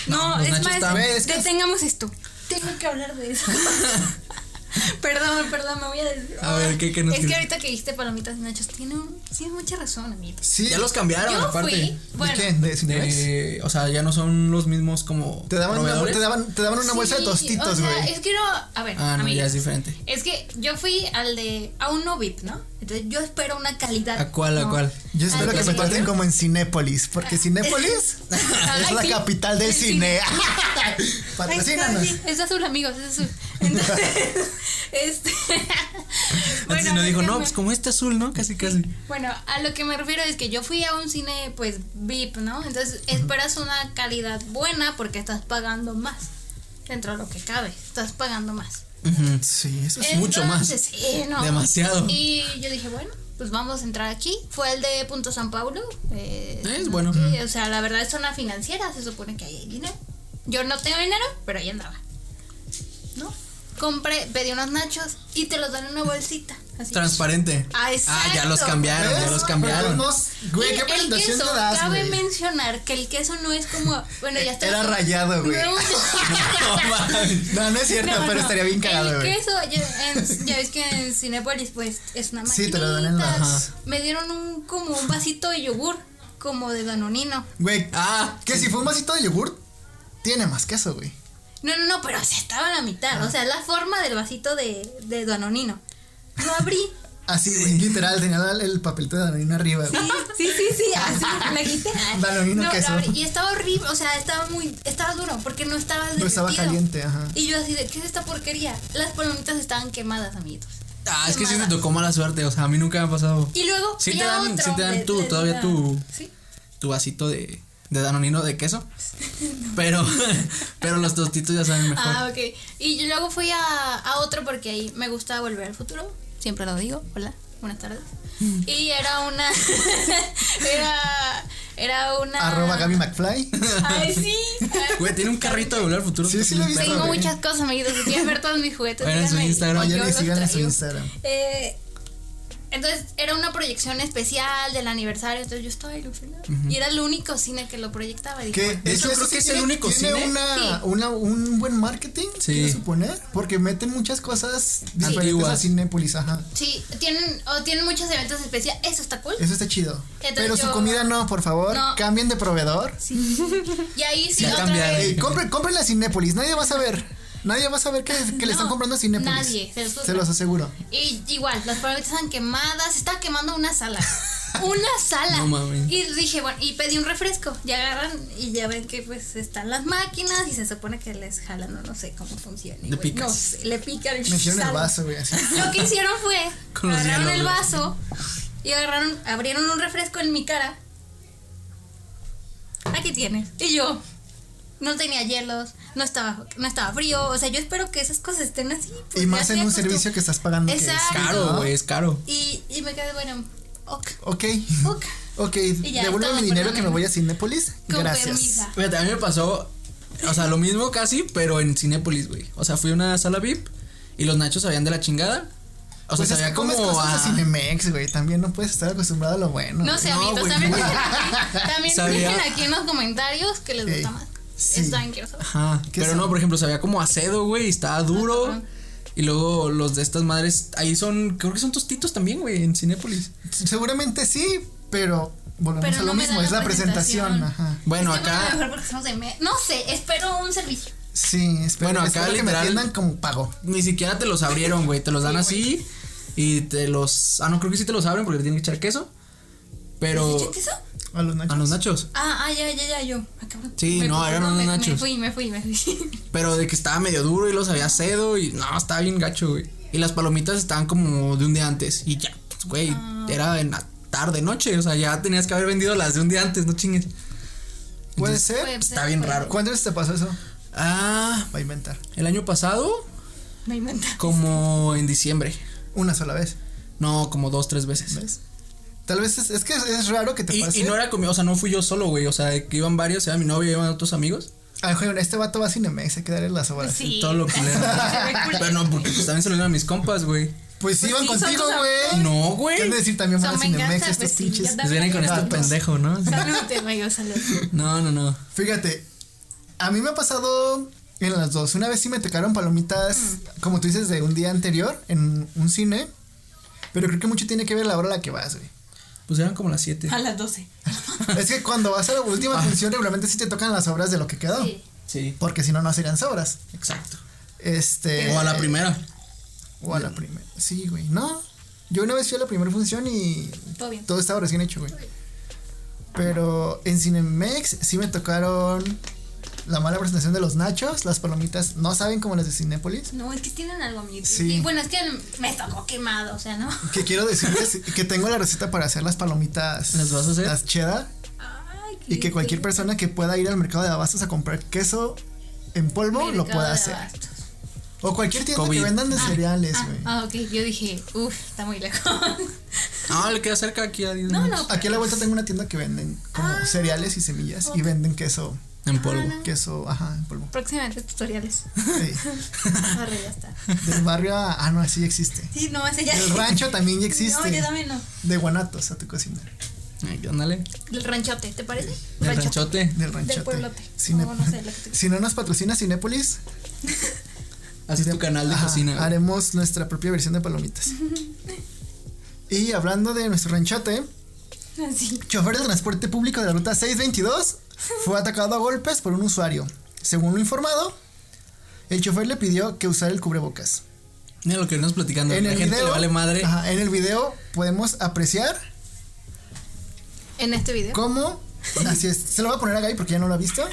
No,
los
es
nachos
más,
estaban-
Güey, es que-
detengamos esto. Tengo que hablar de eso. perdón, perdón, me voy a des-
A ver, ¿qué- qué nos
Es que
quieres?
ahorita que dijiste palomitas y nachos, tiene un, tienes mucha razón, amiguitos.
Sí.
Ya los cambiaron,
Yo fui,
aparte.
bueno,
¿De qué? ¿De Cinemex?
De- o sea, ya no son los mismos como.
Te daban, una,
proveedores.
te daban, te daban una bolsa de
sí,
tostitos,
o sea,
güey.
es que no, a ver,
Ah, no, ya
amiguitos.
es diferente.
Es que yo fui al de a un no VIP, ¿no? Entonces yo espero una calidad.
¿A cuál, a
¿no?
cuál?
Yo espero
Al
que
de-
me traten como en Cinépolis, porque Cinépolis
Ay,
es la
sí.
capital del
El
cine.
Ay,
Patrocínanos.
sí, Es azul, amigos, es azul. Entonces, este
Antes no
a ver,
dijo,
¿qué
no,
me-
pues como este azul, ¿no? Casi, casi.
Bueno, a lo que me refiero es que yo fui a un cine pues VIP, ¿no? Entonces esperas una calidad buena porque estás pagando más. Dentro de lo que cabe, estás pagando más.
Ujú.
Sí, eso sí.
Es- mucho más.
Entonces, sí, no.
Demasiado.
Y yo dije, bueno, pues vamos a entrar aquí. Fue el de Punto San Pablo. eh,
Es bueno.
sí, o sea, la verdad es zona financiera, se supone que ahí hay dinero. Yo no tengo dinero, pero ahí andaba. ¿No? Compré, pedí unos nachos y te los dan en una bolsita. Así.
Transparente.
Ah, exacto.
ya los cambiaron, ya
¿Ves?
los cambiaron.
Pero todos- Güey,
Y
qué
el
presentación te
queso,
das,
Cabe
güey. E-
mencionar que el queso no es como. Bueno, ya está.
Era rayado, güey.
No,
No, no es cierto,
No,
pero
no.
estaría bien cagado,
El
güey.
queso, ya, en- ya ves que en Cinepolis, pues, es una maquinita.
Sí, te lo dan en la- ajá.
Me dieron un, como un vasito de yogur, como de danonino.
Güey,
Ah,
que si fue un vasito de yogurt, tiene más queso, güey.
No, no, no,
Ah.
pero se estaba a la mitad. O sea, la forma del vasito de, de danonino. Lo abrí
Así, güey, literal, tenía la- el papelito de danonino arriba, güey.
Sí, sí, sí, así, la quité.
Danonino
No,
queso.
la abrí- y estaba horrible, o sea, estaba muy, estaba duro, porque no estaba
No estaba
derretido.
caliente, ajá.
Y yo así de, ¿qué es esta porquería? Las palomitas estaban quemadas, amiguitos.
Ah, es que sí te
Quemadas.
tocó mala suerte, o sea, a mí nunca me ha pasado
Y luego,
Sí te
ya
dan-
otro,
sí te dan
le-
tú,
le-
todavía
le-
tú.
Sí.
tu vasito de, de danonino de queso. Pero, pero los tostitos ya saben mejor.
Ah, ok. Y yo luego fui a, a otro porque ahí me gustaba volver al futuro. Siempre lo digo. Hola, buenas tardes.
Mm.
Y era una. era. Era una.
Arroba Gaby McFly.
Ay, sí.
Güey, tiene un carrito de volver al futuro.
Sí, sí lo he visto,
Tengo
güey.
muchas cosas, amiguitos. Si quieren ver todos mis juguetes,
Vayan a su
díganme y
Instagram.
yo
Vayan y
los
sigan en su
traigo.
Instagram.
Eh, entonces era una proyección especial del aniversario, entonces yo estaba ilusionada. Y era el único cine que lo proyectaba. y dije,
Que
"Bueno,
De hecho,
eso
creo
sí
que es
tiene-
el único
tiene
cine.
Una,
Sí.
una- un buen marketing,
Sí.
quiero suponer, porque meten muchas cosas diferentes
Antiguas.
a Cinépolis, ajá.
Sí, tienen, o tienen muchos eventos especiales. Eso está cool.
Eso está chido.
Entonces
Pero su
yo-
comida no, por favor,
No.
cambien de proveedor.
Y ahí sí,
Ya
otra
cambiaron.
vez.
Ey, compren, compren la Cinépolis, nadie va a saber. Nadie va a saber que, que le están
No,
comprando a Cinépolis.
nadie, se los juro.
Se los aseguro.
Y igual, las palomitas están quemadas, se estaba quemando una sala. Una sala.
No mames.
Y dije, bueno, y pedí un refresco. Y agarran y ya ven que pues están las máquinas y se supone que les jalan, o no sé cómo funciona.
Le picas.
No sé, le pican.
Me hicieron el
sal.
vaso, güey, así.
Lo que hicieron fue,
Con los
agarraron el
hielos, güey.
vaso y agarraron, abrieron un refresco en mi cara. Aquí tienes. Y yo, no tenía hielos, no estaba, no estaba frío. O sea, yo espero que esas cosas estén así. pues, ya
Y más en
estoy
un
acostum-
servicio que estás pagando. que es
Exacto.
Caro,
¿no?
güey, es caro.
Y, y me quedé, bueno, ok,
Ok.
ok.
Ok,
ya,
devuelve
estamos,
mi dinero
perdóname.
que me voy a Cinépolis.
Con
Gracias.
permisa.
Fíjate, a mí me pasó, o sea, lo mismo casi, pero en Cinépolis, güey. O sea, fui a una sala VIP y los nachos sabían de la chingada. O sea,
Pues es
sabía
que comes
como
cosas
a-
de Cinemex, güey. También no puedes estar acostumbrado a lo bueno.
No sé,
No,
amigos,
güey,
también,
no.
dejen aquí, también
Sabía.
dejen aquí en los comentarios que les
Ey,
gusta más.
sí.
Eso también quiero saber.
Ajá.
¿Qué
Pero
son?
no, por ejemplo, sabía como a cedo, güey, y estaba duro.
Ah,
Y luego los de estas madres, ahí son, creo que son tostitos también, güey, en Cinépolis.
Seguramente sí, pero volvemos
Pero
a lo
no me
mismo.
dan
Es
la
la presentación.
presentación.
Ajá.
Bueno,
Es que, a lo
acá
mejor porque somos de me- No sé, espero un servicio.
Sí, espero,
Bueno, acá
espero que me
literal-
atiendan como pago.
ni siquiera te los abrieron, güey, te los dan así y te los... Ah, no, creo que sí te los abren porque le tienen que echar queso. Pero...
¿Les echan queso?
A los
A
nachos.
los nachos.
Ah, ah, ya, ya, ya, yo. Ah, cabrón.
Sí,
Me-
no,
perdón,
eran unos
me- Me
nachos.
fui, me fui, me
Eh,
fui.
pues,
Pero de que estaba medio duro y lo sabía cedo y no, estaba bien gacho, güey. Y las palomitas estaban como de un día antes y ya, pues, güey, era en la tarde, noche, o sea, ya tenías que haber vendido las de un día antes, no chingues.
¿Puede
Entonces,
ser?
Pues,
Está bien
pues,
raro.
¿Cuántas veces te pasó eso?
Ah,
Va a inventar.
el año pasado,
Me inventa.
como en diciembre.
Una sola vez.
No, como dos, tres veces.
¿Ves? Tal vez es, es que es, es raro que te
Y,
pase.
y no era conmigo, o sea, no fui yo solo, güey. O sea, que iban varios, iba mi novia, iban otros amigos.
Ay, joder, este vato va a Cinemex, hay que darle las obras.
Sí.
Todo lo que le Pero no, porque pues, también se lo dieron a mis compas, güey.
Pues,
Pues
iban
sí, son
contigo,
tus
güey.
No,
¿Qué
güey.
han de decir también
Son
van a
venganza,
Cinemex
pues
estos
sí,
pinches?
ya
Pues vienen con este
Vatos.
pendejo, ¿no?
Salud, te digo, salud.
No, no, no.
Fíjate, a mí me ha pasado en las dos. Una vez sí me tocaron palomitas, como tú dices, de un día anterior en un cine. Pero creo que mucho tiene que ver la hora a la que vas, güey.
Pues eran como las siete.
A las 12.
es que cuando vas a la última función, regularmente sí te tocan las obras de lo que quedó.
Sí.
Sí,
Porque si no, no serían sobras.
exacto.
Este.
O a la primera.
O a la primera. Sí, güey. No. Yo una vez fui a la primera función y
Todo bien.
todo estaba recién hecho, güey. Pero en Cinemex sí me tocaron la mala presentación de los nachos, las palomitas, no saben como las de Cinépolis.
No, es que tienen algo, amiguitos.
Sí.
Y bueno, es que me tocó quemado, o sea, ¿no?
Que quiero decirles que tengo la receta para hacer las palomitas.
¿Las vas a hacer?
Las cheddar.
Ay,
Y que cualquier persona que pueda ir al mercado de abastos a comprar queso en polvo lo
mercado
pueda
de
hacer.
abastos.
O cualquier tienda
COVID.
que vendan de cereales,
Ah,
güey.
ah, ok, yo dije, uff, está muy lejos.
Ah, le queda cerca aquí a 10
No,
minutos.
no.
Aquí a la vuelta tengo una tienda que venden como
Ah.
cereales y semillas y venden queso.
En polvo.
Queso, ajá, en polvo.
Próximamente tutoriales.
Sí.
Arre, ya está.
Del barrio a- Ah, no, así existe.
Sí, no, ese ya.
Del rancho también ya existe.
No, yo también no.
De Guanatos a tu cocina.
Ay, ándale.
Del ranchote, ¿te parece?
El ranchote.
Del ranchote.
Del pueblote.
Cine-
O no sé, lo que tú-
si no nos patrocina Cinépolis,
Haces Este tu canal de
ajá,
cocina. güey.
haremos nuestra propia versión de palomitas. y hablando de nuestro ranchote,
Así.
chofer de transporte público de la ruta 622 fue atacado a golpes por un usuario. Según lo informado, el chofer le pidió que usara el cubrebocas.
Mira lo que nos platicando.
En
Mm, la
el
gente
video,
le vale madre.
ajá, en el video podemos apreciar
En este video.
cómo. Así es. Se lo voy a poner a Gaby porque ya no lo ha visto.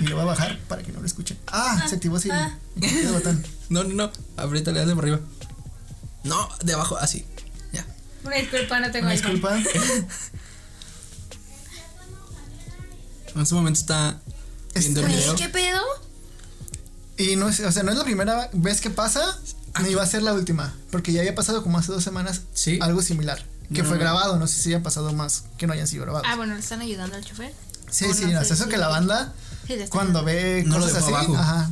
Y lo voy a bajar para que no lo escuchen. Ah, se activó así el-
ah.
el botón.
No, no, no. Ahorita le dale para arriba. No, de abajo, así. Ya.
Una disculpa, no tengo
Una
iPhone.
disculpa.
En este momento está viendo el
Este-
video.
Güey, ¿Qué pedo?
Y no es, o sea, no es la primera vez que pasa, ni va a ser la última, porque ya había pasado como hace dos semanas
Sí.
algo similar, que
No,
fue
no.
grabado, no sé si hayan pasado más que no hayan sido grabados.
Ah, bueno, le están ayudando al chofer.
sí,
o
sí,
no sé
no, o sea, eso
si-
que la banda
Sí, le están
cuando ve
No lo
cosas
dejó
así,
abajo.
ajá.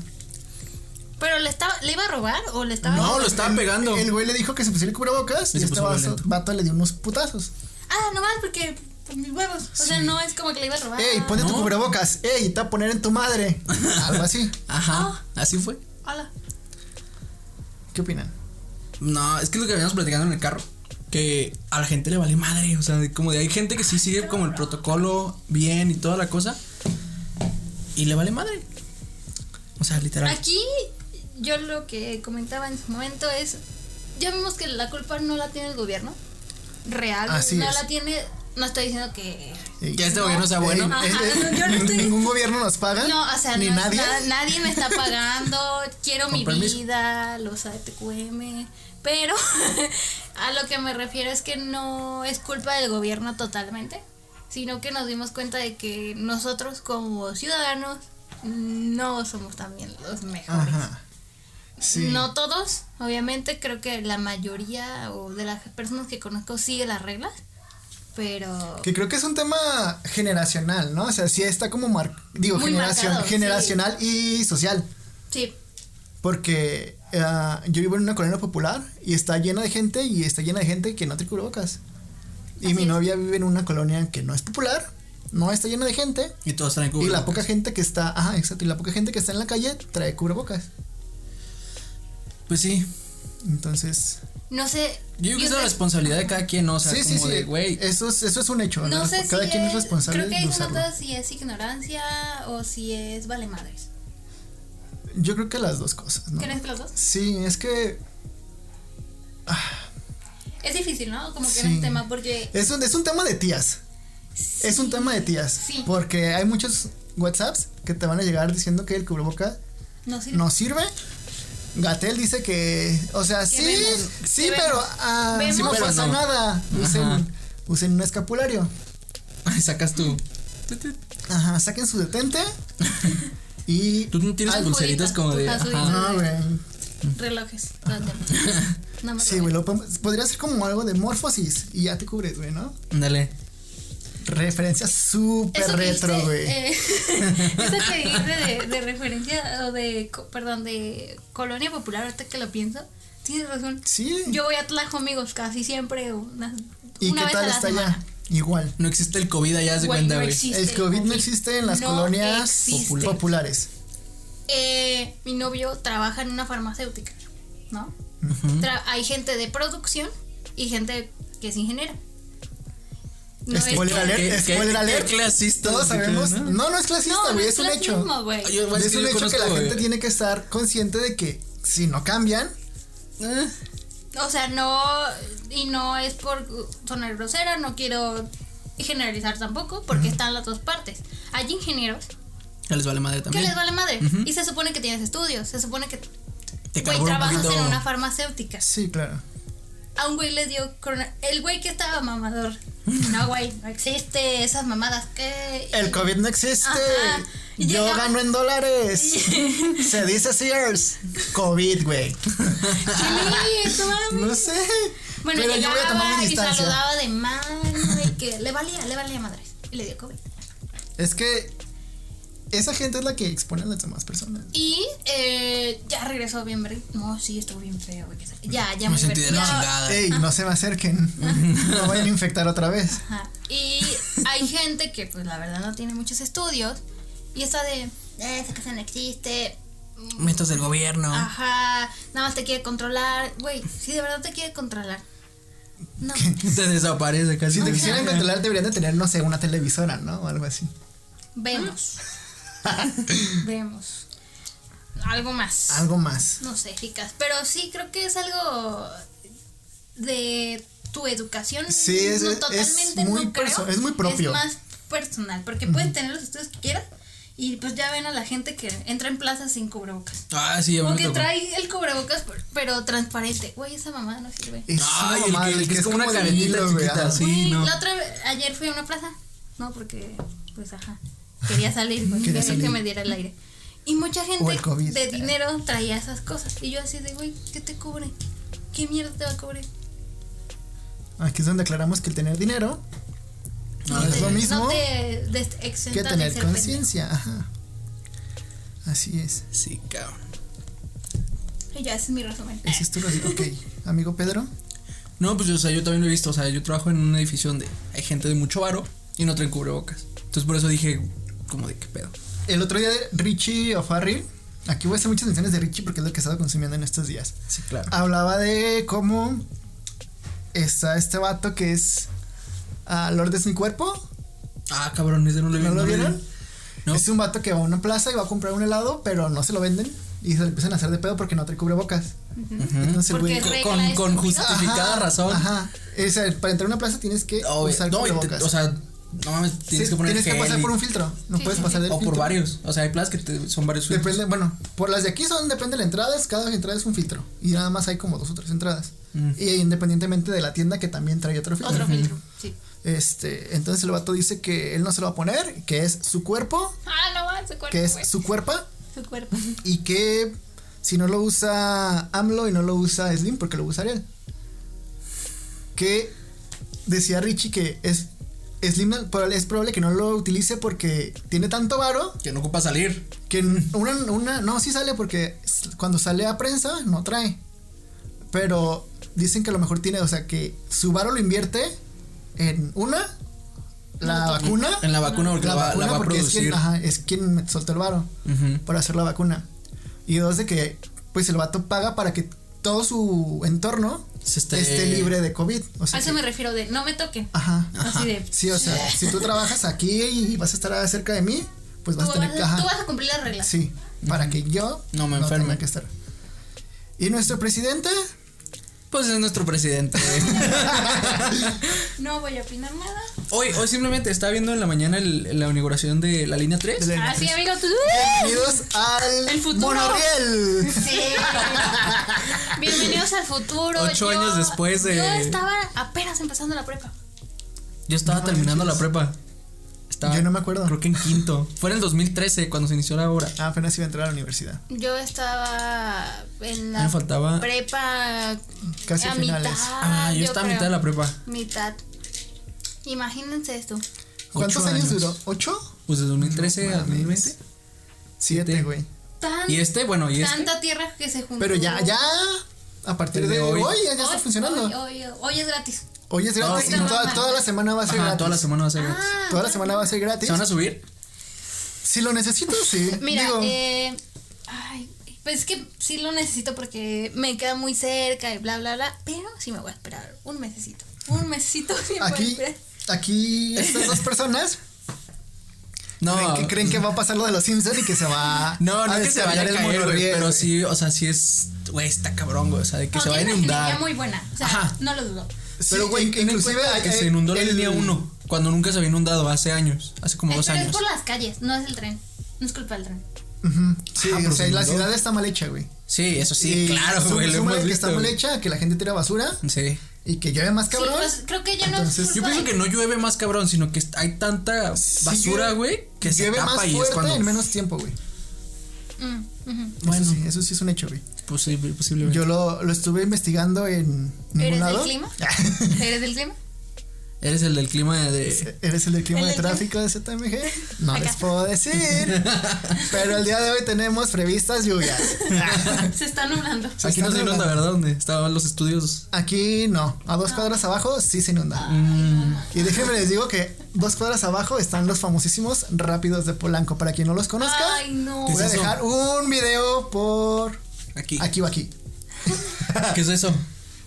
Pero le estaba, le iba a robar o le estaba.
No, lo estaban
el-
pegando.
El güey le dijo que se pusiera el cubrebocas
Y
y,
se
este
puso
vaso-
violento.
vato le dio unos putazos.
Ah, nomás porque por mis huevos. O sea,
Sí.
no es como que le iba a robar.
Ey, ponte tu
No.
cubrebocas. Ey, te va a poner en tu madre. Algo así. Ah.
Ajá, así fue.
Hola.
¿Qué opinan?
No, es que es lo que habíamos platicado en el carro. Que a la gente le vale madre. O sea, de- como de hay gente que sí sigue como el protocolo bien y toda la cosa. Y le vale madre. O sea, literal.
Aquí yo lo que comentaba en su momento es, ya vimos que la culpa no la tiene el gobierno, real,
Así
no
es.
la tiene, no estoy diciendo que...
Ey,
Que este gobierno sea bueno.
ey,
Ajá,
ey,
no, yo no estoy-
Ningún gobierno nos paga.
No, o sea,
ni
no,
nadie.
na- nadie me está pagando, quiero
Con
mi
permiso.
vida, los ATQM, pero a lo que me refiero es que no es culpa del gobierno totalmente, sino que nos dimos cuenta de que nosotros como ciudadanos no somos también los mejores.
Ajá. Sí.
No todos, obviamente, creo que la mayoría o de las personas que conozco sigue las reglas, pero
Que creo que es un tema generacional, ¿no? O sea, sí está como mar digo,
Muy
generación,
marcado,
generacional y social.
sí,
Porque ah, yo vivo en una colonia popular y está llena de gente y está llena de gente que no te cubrebocas. Y
Así
mi
es.
novia vive en una colonia que no es popular, no está llena de gente.
Y todos traen
Y la
cubrebocas.
poca gente que está, ajá, exacto, y la poca gente que está en la calle trae cubrebocas.
Pues sí.
Entonces,
no sé.
Yo digo que es la
sé-
responsabilidad de cada quien, ¿no? O sea,
sí,
como
sí, sí.
de, güey.
Eso es, eso es un hecho.
No
¿no?
sé
pues, Cada
si
quien es responsable
creo que
de
hay
usarlo.
notas si es ignorancia o si es vale madres.
Yo creo que las dos cosas, ¿no?
¿Crees que los dos?
Sí, es que
Es difícil, ¿no? Como que
Sí.
no es tema porque
Es un, es un tema de tías. Es un tema de tías.
Sí.
Porque hay muchos WhatsApps que te van a llegar diciendo que el cubreboca
no sirve.
no sirve. Gatel dice que, o sea, sí,
vemos?
sí,
¿Qué
pero,
vemos?
ah,
¿Vemos?
sí, no
Pero
pasa
no.
nada.
Ajá.
Usen, usen un escapulario.
Ay, sacas tu.
Ajá, saquen su detente. y.
Tú no tienes
Ay,
pulseritas
Julita,
como de.
tú estás
Ajá.
subiendo.
No, güey.
Relojes. No, no. No me
Sí,
lo
güey, lo podemos- podría ser como algo de morfosis y ya te cubres, güey, ¿no?
Ándale.
Referencia súper
Eso que
retro,
dijiste,
güey.
eh, eso que dijiste de, de referencia, o de, co- perdón, de colonia popular, ahorita que lo pienso, tienes razón.
sí.
Yo voy a Tlajo, amigos, casi siempre, una,
¿Y
una
qué
vez
tal
a la
está
semana.
allá? Igual.
No existe el COVID allá, haz de
Güey,
cuenta,
no
güey.
existe.
El COVID no existe en las
No
colonias
existe.
popul- populares.
Eh, mi novio trabaja en una farmacéutica, ¿no? Tra- hay gente de producción y gente que es ingeniero. No es
Spoiler
que-
alert,
¿Qué- qué-
spoiler
qué
alert.
clasista
Todos
se cree,
sabemos.
no?
No, no, es
No,
clasista,
no
güey,
es
es un hecho.
clasismo, güey.
Yo- bueno,
Es
que
un
yo
hecho que
conozco, eh.
la
güey.
gente tiene que estar consciente de que si no cambian,
Ah.
O sea, no. Y no es por sonar grosera, no quiero generalizar tampoco, porque están las dos partes. Hay ingenieros
Ya les vale madre
que
también.
les vale madre.
Ujú.
Y se supone que tienes estudios, se supone que
Te
güey,
carbura un
trabajas
poquito.
en una farmacéutica.
sí, claro.
A un güey le dio corona. El güey que estaba mamador. No, güey, no existe esas mamadas que.
El COVID no existe.
Ajá. Y
Yo
llegamos-
gano en dólares. Se dice Sears. COVID, güey.
Chilín, no mames.
No sé.
Bueno,
pero yo
llegaba
voy a tomar mi
y
distancia.
saludaba de mano y que le valía, le valía madres. Y le dio COVID.
Es que esa gente es la que expone a las demás personas.
Y eh, ya regresó bien, ver- No, sí, estuvo bien feo, güey. que se- Ya, ya
Me
muy
sentí de
ver-
la
ya-
chingada.
Ey, no se me acerquen. No vayan a infectar otra vez.
Ajá. Y hay gente que, pues la verdad, no tiene muchos estudios. Y está de. "Eh, Esa casa no existe.
Metas del gobierno.
Ah. Ajá, nada más te quiere controlar. Güey, si de verdad te quiere controlar. No.
Te desaparece casi.
Si te
Ajá.
quisieran controlar, deberían de tener, no sé, una televisora, ¿no? O algo así.
Vemos. Vemos. algo más.
Algo más.
No sé, chicas. Pero sí, creo que es algo de tu educación.
Sí, es-
no,
es- es
totalmente
muy
no creo.
perso- es muy propio.
Es más personal, porque pueden tener los estudios que quieran. Y pues ya ven a la gente que entra en plazas sin cubrebocas.
Ah, sí, ya me
O que
tocó.
trae el cubrebocas, pero, pero transparente. Güey, esa mamá no sirve.
Es
Ay,
una
el
mamada,
que- el que es como una
de
cadenita chiquita,
ajá.
sí.
Güey,
no.
La otra vez, ayer fui a una plaza. No, porque, pues ajá. Quería salir, güey.
Quería
Quería
salir.
que me diera el aire. Y mucha
O
gente
el COVID. eh.
de dinero traía esas cosas. Y yo así de, güey, ¿qué te cubre? ¿Qué mierda te va a cubrir?
Aquí es donde aclaramos que el tener dinero no,
No,
es
te-
lo mismo
No te des-
que
exenta de
tener
ser pendejo.
conciencia. Ajá. Así es.
Sí, cabrón.
Y ya, ese es mi resumen.
Ese es tu lógica. Ok, amigo Pedro.
No, pues o sea, yo también lo he visto. O sea, yo trabajo en un edificio donde hay gente de mucho varo y no traen cubrebocas. Entonces por eso dije, como de qué pedo.
El otro día de Richie O'Farrill. Aquí voy a hacer muchas menciones de Richie porque es lo que he estado consumiendo en estos días.
Sí, claro.
Ah.
Hablaba de cómo está este vato que es ah, Lord es mi cuerpo.
Ah, cabrón, ese no lo vi.
¿No lo
vi.
vieron?
No.
Es un vato que va a una plaza y va a comprar un helado, pero no se lo venden y se lo empiezan a hacer de pedo porque no trae cubrebocas. Entonces, el
Porque
güey-
es
Con-
regla
con, con
estúpido.
Mm. justificada
Ajá,
razón.
Ajá. Es, eh, para entrar a una plaza tienes que
Obvio.
usar
No, y te-
cubrebocas.
o sea, no mames, tienes
Sí,
que poner
tienes que
gel
pasar
y-
por un filtro. No
Sí,
puedes
sí,
pasar del
O por
filtro.
varios. O sea, hay plazas que te- son varios filtros.
Depende, bueno, por las de aquí son, depende de la entrada, es- cada entrada es un filtro. Y nada más hay como dos o tres entradas. Y independientemente de la tienda que también trae otro filtro.
Otro filtro, sí.
Este, entonces el vato dice que él no se lo va a poner, que es su cuerpo,
Ah, no, va, su cuerpo.
que es
güey.
su cuerpo,
Su cuerpo.
y que si no lo usa AMLO y no lo usa Slim, porque lo usaría él. Que decía Richie que es Slim no- probable- es probable que no lo utilice porque tiene tanto varo
Que no ocupa salir.
que n- una, una no sí sale porque s- cuando sale a prensa no trae. Pero dicen que a lo mejor tiene, o sea que su varo lo invierte en una la vacuna,
En la vacuna porque la, va- la va a
porque Es
producir.
quien, ajá, es quien soltó el varo
Ujú.
por hacer la vacuna. Y dos, de que pues el vato paga para que todo su entorno
Se esté-
esté libre de COVID. O
A
sea,
Ah, eso
que- Ah,
me refiero de no me toquen.
Ajá.
Así de.
Sí, o sea, si tú trabajas aquí y vas a estar cerca de mí, pues vas a
tú,
tener que...
vas a,
ajá.
tú vas a cumplir las reglas.
Sí, para que yo
No me enferme.
tenga que estar. Y nuestro presidente,
Pues es nuestro presidente.
No voy a opinar nada.
hoy, hoy simplemente estaba viendo en la mañana el- la inauguración de la línea 3.
De-
Ah, sí, amigo, tú.
bienvenidos al
El futuro.
monorriel.
Sí. Bienvenidos al futuro.
Ocho años después de-
Yo estaba apenas empezando la prepa.
Yo estaba
No
terminando la
manches.
prepa. Estaba,
Yo no me acuerdo.
Creo que en quinto. Fue en el 2013 cuando se inició la obra.
Ah, apenas iba a entrar a la universidad.
Yo estaba en la
Me faltaba-
prepa
Casi
a
finales.
mitad.
Ah, yo, estaba a mitad de la prepa.
mitad. Imagínense esto.
¿Cuántos
Ocho
años,
años.
duró? ¿Ocho?
Pues de 2013 a
No mames.
2020.
Siete,
Siete.
güey.
Tan-
Y este, bueno, y este.
tanta tierra que se juntó.
Pero ya, ya, a partir de,
Desde
hoy,
hoy.
ya, ya está
Hoy-
funcionando. Hoy,
Hoy, hoy- hoy es gratis.
es gratis
sí,
y
no
toda,
mames.
toda la semana va a ser
Ajá,
gratis.
toda la semana va a ser gratis.
Ah,
Toda la semana va a ser gratis.
¿Se van a subir?
Si lo necesito, sí.
Mira,
Digo,
eh, ay, pues es que sí lo necesito porque me queda muy cerca y bla, bla, bla. Pero sí me voy a esperar un mesecito. Un mesecito sí me voy a
aquí,
esperar.
aquí estas dos personas
No.
creen, que, creen que va a pasar lo de los Simpsons y que se va
No, no
a
que se vaya a
descargar el
caer, güey,
monorriel,
Pero
güey.
sí, o sea, sí es. Güey, está cabrón, güey. O sea, de que
No,
se va a
tiene una ingeniería
inundar.
muy buena. O sea,
Ajá.
no lo dudo.
Pero,
Sí,
güey,
in-
ten en cuenta
hay-
que
hay-
se inundó la
el-
línea 1 cuando nunca se había inundado hace años, hace como
Eh,
dos
pero es
años.
por las calles, no es el tren. No es culpa del tren.
Ujú, Sí,
Ah, pero
o sea,
se
la
inundó.
ciudad está mal hecha, güey.
Sí, eso sí,
Y
claro,
sú-
güey, lo
súmale
hemos
que
visto.
está mal
güey.
hecha, que la gente tira basura
Sí.
y que llueve más cabrón.
Sí, pues, creo que ya no es
Entonces,
Yo
culpa
pienso que
de-
no llueve más cabrón, sino que hay tanta
Sí,
basura,
llueve-
güey, que se
llueve más
tapa y es
fuerte
cuando
en menos tiempo, güey. Eso
Mm, ujú.
Bueno.
sí, eso sí es un hecho, güey.
posible, posiblemente.
Yo lo, lo estuve investigando en
¿Eres
ningún
del
lado.
clima? ¿Eres del clima?
Eres el del clima de
Eres el del clima
El
de
del clima.
tráfico de ZMG. No
Acá.
les puedo decir. pero el día de hoy tenemos previstas lluvias.
Se está nublando.
Se
Aquí no
está
se
nublando.
inunda, ¿verdad? Donde estaban los estudios.
Aquí no, a dos cuadras abajo sí se inunda. Y déjenme les digo que dos cuadras abajo están los famosísimos rápidos de Polanco. Para quien no los conozca,
Ay, no.
¿Qué
voy a
es eso?
dejar un video por
Aquí.
aquí o aquí.
¿Qué es eso?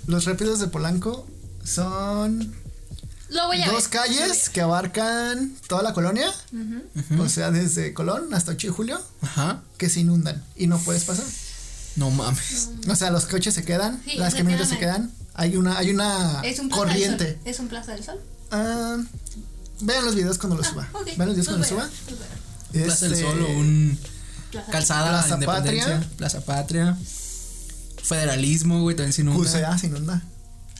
Los rápidos de Polanco son
Lo voy a
Dos
ver.
calles que abarcan toda la colonia, o sea, desde Colón hasta 8 de julio,
Ajá.
que se inundan y no puedes pasar.
No mames.
O sea, los coches se quedan,
Mm. Sí,
las
se
camionetas se
quedan
quedan. Hay una, hay una
Es un plaza Del
corriente.
sol. Es un plaza del sol.
Ah, vean los
Pues
videos cuando los suba.
Ah, Ok.
Vean los videos cuando
Los
los
voy a
suba.
ver, los voy a ver.
Plaza del
Este,
Sol o un
Plaza del
calzada
Plaza
Independencia,
Patria.
Plaza Patria. Federalismo, güey, también se inunda.
Cusea se inunda.
Sol.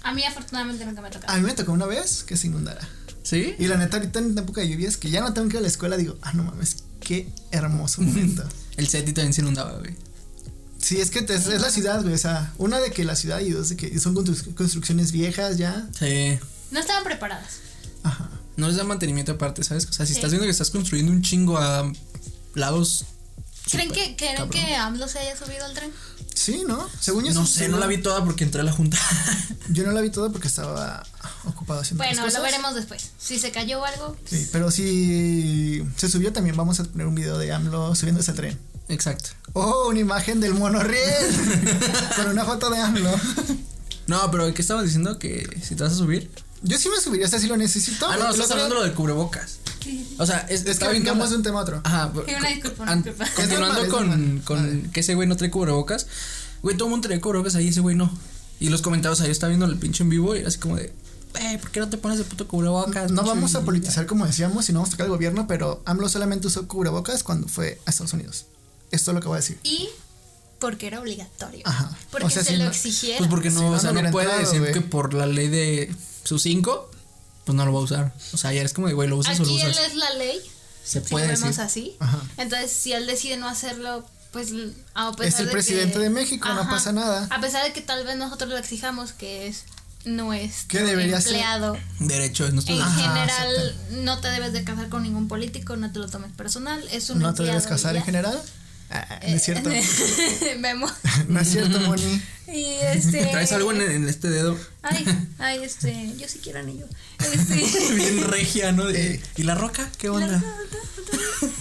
A mí afortunadamente nunca me ha tocado.
ah, A mí me tocó una vez que se inundara.
¿Sí?
Y la neta, ahorita en época de lluvias, que ya no tengo que ir a la escuela, digo, ah, no mames, qué hermoso momento.
El SETI también se inundaba, güey.
sí, es que te- es la ciudad, güey. O sea, una de que la ciudad y dos de que son constru- construcciones viejas ya.
Sí.
No estaban preparadas.
Ajá.
No les da mantenimiento aparte, ¿sabes? O sea, si
Sí.
estás viendo que estás construyendo un chingo a lados.
¿Creen
pues,
que,
súper
creen
cabrón.
que AMLO se haya subido al tren?
Sí, ¿no? Según yo
No
sí,
sé,
sí,
no la vi toda porque entré a la junta.
Yo no la vi toda porque estaba ocupado haciendo otras
Bueno, lo
cosas.
veremos después. Si se cayó o algo.
Sí, pero si se subió también vamos a poner un video de AMLO subiendo ese tren.
Exacto.
Oh, una imagen del monorriel con una foto de AMLO.
No, pero ¿qué estabas diciendo? Que si te vas a subir.
Yo sí me subiría, o sea, si lo necesito.
Ah, no,
El
estás
otro día-
hablando de lo del cubrebocas. O sea, es,
Es que
estaba viendo
brincamos de
la-
un tema a otro.
Ajá,
Sí, una disculpa, una
an-
disculpa. Es
Continuando
normal, es
con,
normal.
con que ese güey no trae cubrebocas. Güey, todo el mundo trae cubrebocas ahí, ese güey no. Y los comentarios ahí, yo estaba viendo el pinche en vivo y era así como de, güey, ¿por qué no te pones de puto cubrebocas?
No
pinche?"
vamos a
Y-
politizar como decíamos, sino vamos a tocar el gobierno, pero AMLO solamente usó cubrebocas cuando fue a Estados Unidos. Esto es lo que voy a decir.
Y porque era obligatorio.
Ajá.
Porque
O sea,
se
si
lo
no-
exigieron.
Pues porque no,
Si no,
o sea,
no
no,
hubiera
puede
entrado,
decir
güey.
que por la ley de su 5, pues no lo va a usar. O sea, ya eres como de, güey, lo usas o lo
Aquí él
usas.
es la ley.
Se
Si
puede
lo vemos
decir.
así.
Ajá.
Entonces, si él decide no hacerlo, pues l- a pesar
Es el
de
presidente
que-
de México, no pasa nada.
A pesar de que tal vez nosotros lo exijamos, que es nuestro
Que debería ser.
empleado.
Derecho, es nuestro
En
derecho.
Ajá,
general,
exacto.
no te debes de casar con ningún político, no te lo tomes personal, es un
¿No te debes
empleado y
casar en
ya.
general? Ah, no es cierto.
Eh, Memo.
No es cierto, Moni.
Y este.
Traes algo en, en este dedo
Ay, ay, este, yo sí quiero anillo. Este,
bien regia, ¿no? De-
Eh.
¿Y la roca? ¿Qué onda?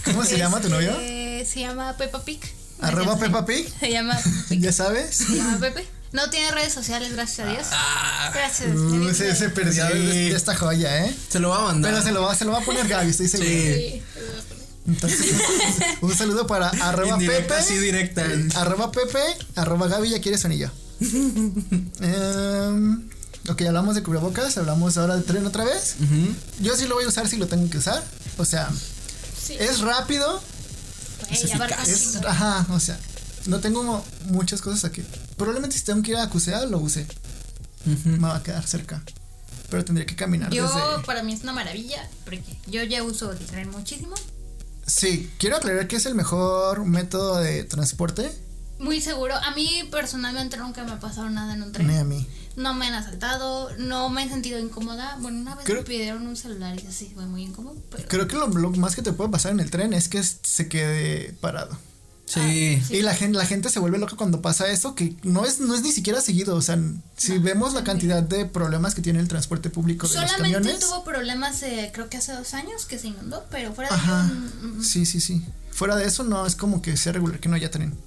¿Cómo se llama tu novio?
Este, Se llama Peppa Pig.
Arroba Peppa Pig.
Se llama,
Ya sabes.
se llama Pepe. No tiene redes sociales, gracias a Dios.
Ah,
Gracias.
Uh, se, se perdió
Sí.
de de esta joya, ¿eh?
se lo va a mandar.
Pero se lo va, se lo va a poner Gaby, estoy seguro.
Sí.
Sí.
Entonces, un saludo para arroba
Indirecta,
Pepe. Eh,
así directa.
Arroba Pepe, arroba Gaby, ya quiere sonillo. Em, ok, hablamos de cubrebocas, hablamos ahora del tren otra vez.
Ujú.
Yo sí lo voy a usar si lo tengo que usar. O sea,
Sí. Ah,
es rápido.
Güey, abarca un
Es,
chingo.
ajá, o sea, no tengo mo- muchas cosas aquí. Probablemente si tengo que ir a Cusea, lo use. Me va a quedar cerca. Pero tendría que caminar
Yo,
desde.
para mí es una maravilla, porque yo ya uso el tren muchísimo.
Sí, quiero aclarar que es el mejor método de transporte.
Muy seguro. A mí personalmente nunca me ha pasado nada en un tren.
Ni a mí.
No me han asaltado, no me he sentido incómoda. Bueno, una vez
Creo-
me pidieron un celular y así fue muy incómodo, pero
Creo que lo, lo más que te puede pasar en el tren es que s- se quede parado.
Sí.
Sí.
Y la gente, la gente se vuelve loca cuando pasa eso, que no es, no es ni siquiera seguido. O sea, n- si vemos la cantidad de problemas que tiene el transporte público de los
solamente
camiones.
tuvo problemas eh, creo que hace dos años que se inundó, pero fuera de
Ajá.
eso, mm, mm,
Sí, sí, sí. Fuera de eso, no es como que sea regular que no haya tren.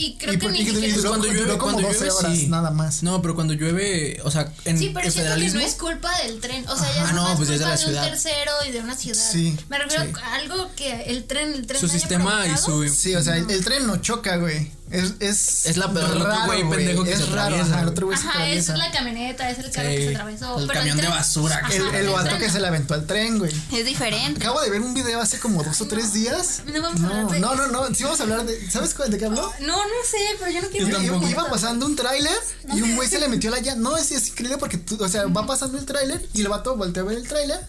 y creo
Y
que
por-
ni
y- y-
siquiera
Duró-
cuando
duró
llueve,
como
cuando
12
llueve,
horas,
sí.
nada más.
No, pero cuando llueve, o sea, en
Sí, pero siento que no
el federalismo.
es culpa del tren. O sea, ya
Ajá,
es
no,
más
pues ya es de
culpa
la
de un
ciudad.
tercero y de una ciudad.
Sí,
Me refiero
sí.
a algo que el tren, el tren
su
no haya
sistema y
provocado.
su.
Sí, o sea, el, el tren no choca, güey. Es, es,
Es la- pero el otro güey pendejo que
es
se
raro,
atraviesa,
ajá, el
güey.
otro güey se
Ajá, es
atraviesa.
la camioneta, es el carro
Sí,
que se atravesó.
el
pero
camión de
tren-
basura que-
El,
Ajá,
el vato
tren
que se le aventó al tren, güey.
Es diferente.
Acabo de ver un video hace como dos o tres días.
no vamos a hablar de
no,
eso.
no, no, Sí vamos a hablar de. ¿Sabes cuál- de qué habló?
No, no sé, pero yo no quiero.
Yo tampoco.
Iba, iba pasando un tráiler y un güey se le metió la llanta. No, es, es increíble porque, tú- o sea, va pasando el tráiler y el vato voltea a ver el tráiler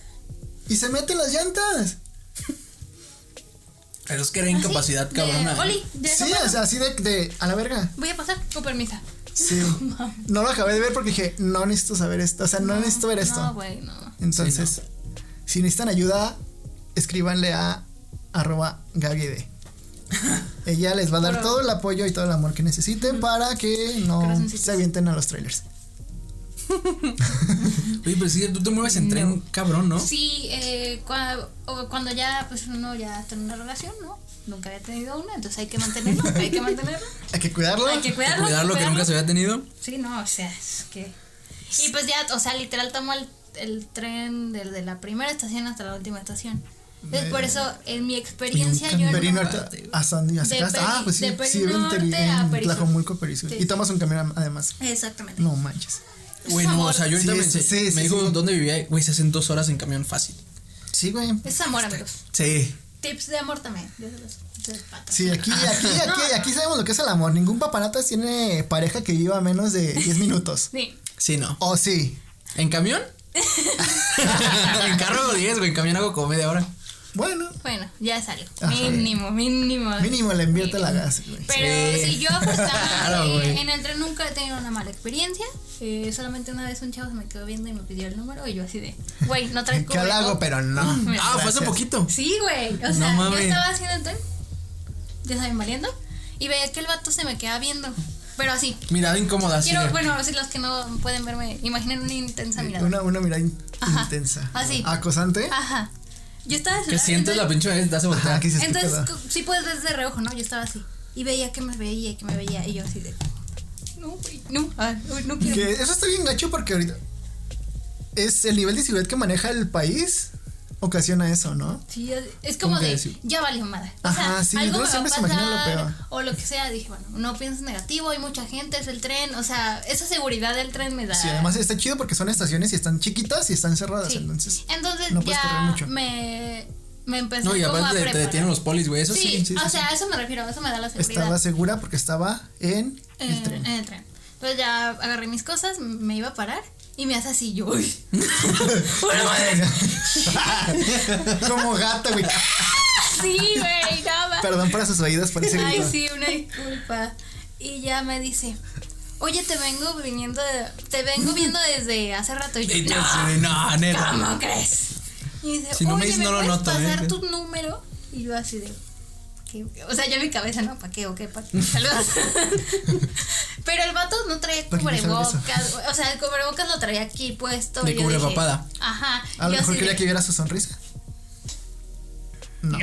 y se mete las llantas.
Pero es que era incapacidad
Ah, Sí, de-
cabrona. ¿eh?
Oli, de
Sí,
esa-
o sea, así de, de a la verga.
Voy a pasar con permiso.
Sí. No lo acabé de ver porque dije, no necesito saber esto, o sea, no, necesito ver esto.
No, güey, no.
Entonces, si necesitan ayuda, escríbanle a arroba Gaby D. Ella les va a dar
Puro-
todo el apoyo y todo el amor que necesiten para que no
Corazoncitos.
se avienten a los trailers.
Oye, pero sí, tú te mueves en tren, cabrón, ¿no?
Sí, eh, cua- o cuando ya, pues uno ya tiene una relación, ¿no? Nunca había tenido una, entonces hay que mantenerlo, hay que mantenerlo.
Hay que cuidarlo.
Hay que cuidarlo.
Cuidar lo que nunca se había tenido.
Sí, no, o sea, es que... Y pues ya, o sea, literal tomó el el tren del- de la primera estación hasta la última estación. Entonces,
Me-
por eso, en mi experiencia, yo.
Perín
no-
Norte a San Diego.
De Peri-
Ah, pues sí,
de Peri
sí, vive en, Peri-
Norte a
en
Perisur.
Tlajomulco, Perisur.
Sí.
Y tomas un camión además.
Exactamente.
No manches.
Bueno, o sea, yo ahorita
Sí,
me,
es-
ense-
sí,
me
sí,
dijo
sí.
dónde vivía. Güey, se hacen dos horas en camión fácil.
Sí, güey.
Es amor, amigos.
Sí.
Tips de amor también. Yo se los, se los pato.
Sí, aquí,
Ah.
aquí, aquí, aquí sabemos lo que es el amor. Ningún papanatas tiene pareja que viva menos de 10 minutos.
Sí.
Sí, no.
O sí.
¿En camión? en carro hago 10, güey. En camión hago como media hora.
Bueno,
Bueno, ya salió.
Ah,
Ajá.
Mínimo, mínimo.
mínimo le invierte la gas, güey.
Pero
Sí.
sí, yo afortunadamente,
Claro, güey.
en el tren nunca he tenido una mala experiencia. Eh, solamente una vez un chavo se me quedó viendo y me pidió el número y yo así de, güey, no traigo
¿Qué hago? Pero no.
mira.
Ah, fue hace
Gracias.
poquito.
Sí, güey. O sea, yo
mames.
estaba haciendo el tren, ya saben, valiendo, y veía que el vato se me quedaba viendo. Pero así.
Mirada incómoda, así Eh,
Quiero,
de-
bueno, si los que no pueden verme, imaginen una intensa mirada.
Una, una mirada in-
Ajá. Ah,
intensa.
Así.
Acosante.
Ajá. Yo estaba de
Que
celular,
sientes la
entonces-
pinche vez, te hace voltear.
Ajá, que dices, ¿qué
Entonces,
pedo?
cu- sí puedes ver de reojo, ¿no? Yo estaba así. Y veía que me veía y que me veía. Y yo así de. No, güey, no, ah, uy, no quiero.
Que eso está bien gacho porque ahorita es el nivel de seguridad que maneja el país ocasiona eso, ¿no?
Sí, es- es como
¿Cómo que
de.
decir?
Ya valió madre. O
Ajá,
sea,
sí,
algo me
uno
va
siempre
a
se imagina lo
pasar,
peor.
O lo que sea. Dije, bueno, no pienses negativo, hay mucha gente, es el tren. O sea, esa seguridad del tren me da.
Sí, además está chido porque son estaciones y están chiquitas y están cerradas,
Sí.
entonces.
Entonces,
no puedes correr
ya
mucho.
me, me empecé
No, y
como a
aparte te,
preparar.
te detienen los polis, güey. Eso
sí,
sí.
sí,
o
sí,
sea, a eso me refiero, eso me da la seguridad.
Estaba segura porque estaba en
en
el tren.
En el tren. Entonces ya agarré mis cosas, m- me iba a parar y me hace así yo. uy. Una madre.
Como gato, güey.
sí, güey, nada más.
Perdón para sus oídos por ese grito.
Ay, sí, una disculpa. Y ya me dice, oye, te vengo viniendo, de- te vengo viendo desde hace rato. Y yo,
Y tú
"No".
así de, no, neta.
¿Cómo crees? Y dice,
Si no me
oye,
dices,
¿me
no lo
puedes
noto,
pasar
¿eh?
tu número? Y yo así de... ¿qué? O sea, yo en mi cabeza, ¿no? ¿Para qué? ¿O qué? ¿Para qué? Saludos. Pero el vato no traía
¿Para qué me sale
cubrebocas. O sea, el cubrebocas lo traía aquí puesto.
De
y yo dije,
cubrepapada.
Ajá.
A
y
lo
yo
mejor
así
quería
de-
que viera su sonrisa. No.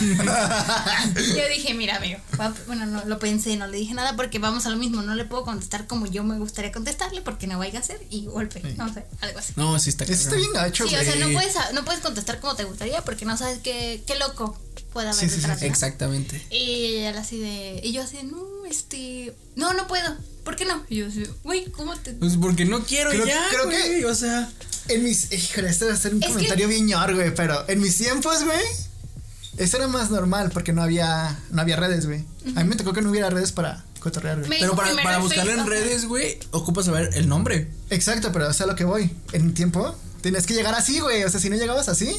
Yo dije, mira, amigo, va- bueno, no lo pensé, no le dije nada porque vamos a lo mismo, no le puedo contestar como yo me gustaría contestarle porque no vaya a ser y golpe, no sé, algo así.
No, sí está
Eso está
cabrón.
bien gacho,
Sí,
güey.
o sea, no puedes, no puedes contestar como te gustaría porque no sabes qué, qué loco puede haber
Sí, sí, sí,
detrás. ¿no?
Exactamente.
Y él así de, y yo así, de, no, este, no, no puedo, ¿por qué no? Y yo así, güey, ¿cómo te...?
Pues porque no quiero
Creo-
ya,
creo que-
güey, O sea,
En mis. Híjole, este va a ser un
Es que-
comentario bien ñor, güey. Pero en mis tiempos, güey. Eso era más normal porque no había, no había redes, güey. A mí me tocó que no hubiera redes para cotorrear, güey.
Me-
pero para,
primero
para
en
buscarlo en
Facebook.
redes, güey, ocupas saber el nombre.
Exacto, pero o sea, lo que voy. En mi tiempo, tenías que llegar así, güey. O sea, si no llegabas así.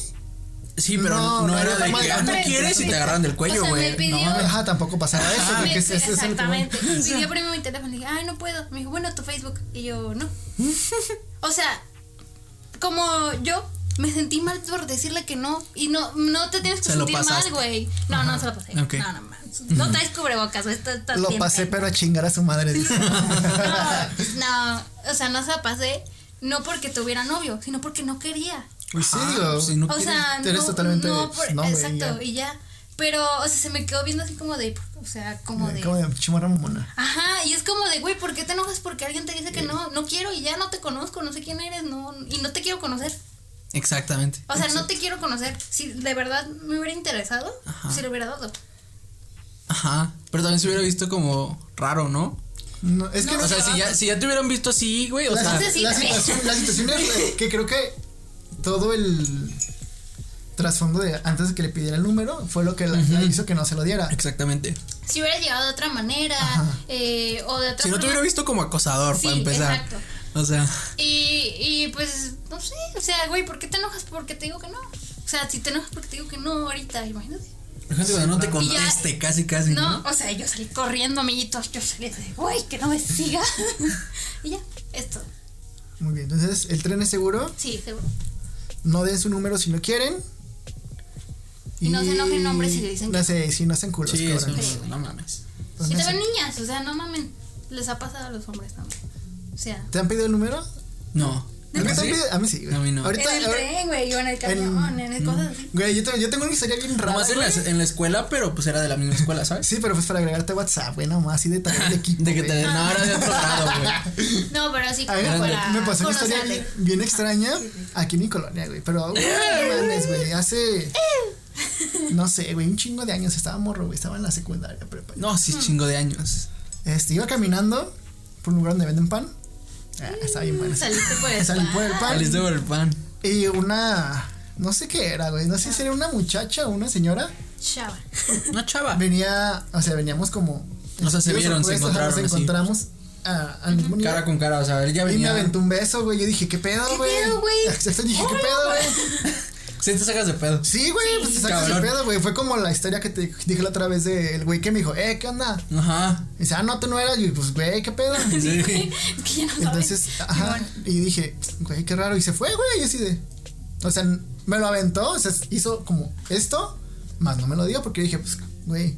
Sí, pero
No,
no,
no,
era
no,
de
no,
que
no,
ah, no
no,
quieres
no,
y te
no.
agarran del
O
cuello,
sea, me
güey.
pidió-
no, mames.
Ajá, Ah, tampoco pasaba eso.
Me-
porque es- es- es lo que voy.
Ah, exactamente. Pidió primero mi teléfono y dije, ay, no puedo. Me dijo, bueno, tu Facebook. Y yo, no. o sea, como yo me sentí mal por decirle que no. Y no, no te tienes que
Se lo
sentir mal,
pasaste.
güey. No, no se lo pasé.
Ok.
No, no, no. No traes cubrebocas, güey. Estás, estás
Lo
bien
pasé,
pendejo.
pero a chingar a su madre. dice.
No, no, o sea, no se la pasé. No porque tuviera novio, sino porque no quería.
Uy, sí,
Ajá,
digo.
Ah, pues, si no
o
quieres-
sea,
eres
no,
totalmente
no por-
snob, güey,
exacto,
ya.
y ya. Pero, o sea, se me quedó viendo así como de, o sea, como de,
Como de chimorra mamona.
Ajá, y es como de, güey, ¿por qué te enojas porque alguien te dice que no? No quiero y ya no te conozco, no sé quién eres, no, y no te quiero conocer.
Exactamente.
O sea, no te quiero conocer. Si de verdad me hubiera interesado,
Ajá.
si lo hubiera dado.
Ajá. Pero también se hubiera visto como raro, ¿no?
No, es que no,
O sea, si ya, si ya te hubieran visto así, güey, o
la,
sea,
Entonces sí,
la
también.
situación, la situación es eh, que creo que todo el trasfondo de antes de que le pidiera el número fue lo que la, la hizo que no se lo diera.
exactamente.
Si hubiera llegado de otra manera, eh, o de otra
Si no te
forma.
hubiera visto como acosador,
Sí,
para empezar.
exacto.
O sea,
Y, y pues, no sé, o sea, güey, ¿por qué te enojas porque te digo que no? O sea, si te enojas porque te digo que no ahorita, imagínate.
gente cuando no te
Y ya-
conteste, casi, casi,
No,
¿no?
o sea, yo salí corriendo, amiguitos, yo salí de, güey, que no me siga. y ya, esto,
Muy bien, entonces el tren es seguro,
sí, seguro.
no den su número si no quieren.
Y no se enojen hombres si le dicen que
No sé, si no hacen culos,
Sí, eso,
cabrón.
Sí,
no mames.
Y
Entonces,
también niñas, o sea, no mamen. Les ha pasado a los hombres también. O sea,
¿Te han pedido el número?
No.
¿Nunca te han
¿Sí?
pedido? A mí sí, güey.
A mí no.
Ahorita,
En el
ahor-
tren, güey, o en el camión, en, cosas así.
Güey, yo, te- yo tengo una historia bien rara.
Nomás en la,
güey.
en la escuela, pero pues era de la misma escuela, ¿sabes?
Sí, pero pues para agregarte a WhatsApp, güey, nomás así de tarea de equipo.
De que te
güey.
no, era de otro lado, güey.
No, pero así
A mí
como
me-
para
me pasó una historia
conocerle.
bien, bien extraña aquí en mi colonia, güey. Pero, güey, no mames, güey. Hace. No sé, güey, un chingo de años. Estaba morro, güey. Estaba en la secundaria prepa.
No, sí, chingo de años.
Este, iba caminando por un lugar donde venden pan. Ah, estaba bien bueno.
Saliste por el
Salí por el pan.
Alice de pan.
Y una. No sé qué era, güey. No sé si era una muchacha o una señora.
Chava.
No, chava.
Venía. O sea, veníamos como.
O sea, se vieron, se
Ajá,
encontraron,
Nos
así.
encontramos a- al mismo nivel.
Cara con cara, o sea, él ya
Y me
venía.
aventó un beso, güey. Yo dije, ¿qué pedo,
¿Qué
Ah, güey?
pedo, güey?
Exacto, dije, ¿qué
Hola,
pedo, güey?
Sí, te sacas de pedo.
Sí, güey, pues te sacas el
Cabrón.
pedo, güey. Fue como la historia que te dije la otra vez del güey que me dijo, eh, ¿qué onda?
Ajá.
Y dice, ah, no, tú no eras. Y yo, pues, güey, ¿qué pedo?
Sí.
Es que ya no saben.
Entonces, ajá. Y dije, güey, qué raro. Y se fue, güey. Y así de. O sea, me lo aventó. O sea, hizo como esto, más no me lo dio porque dije, pues, güey.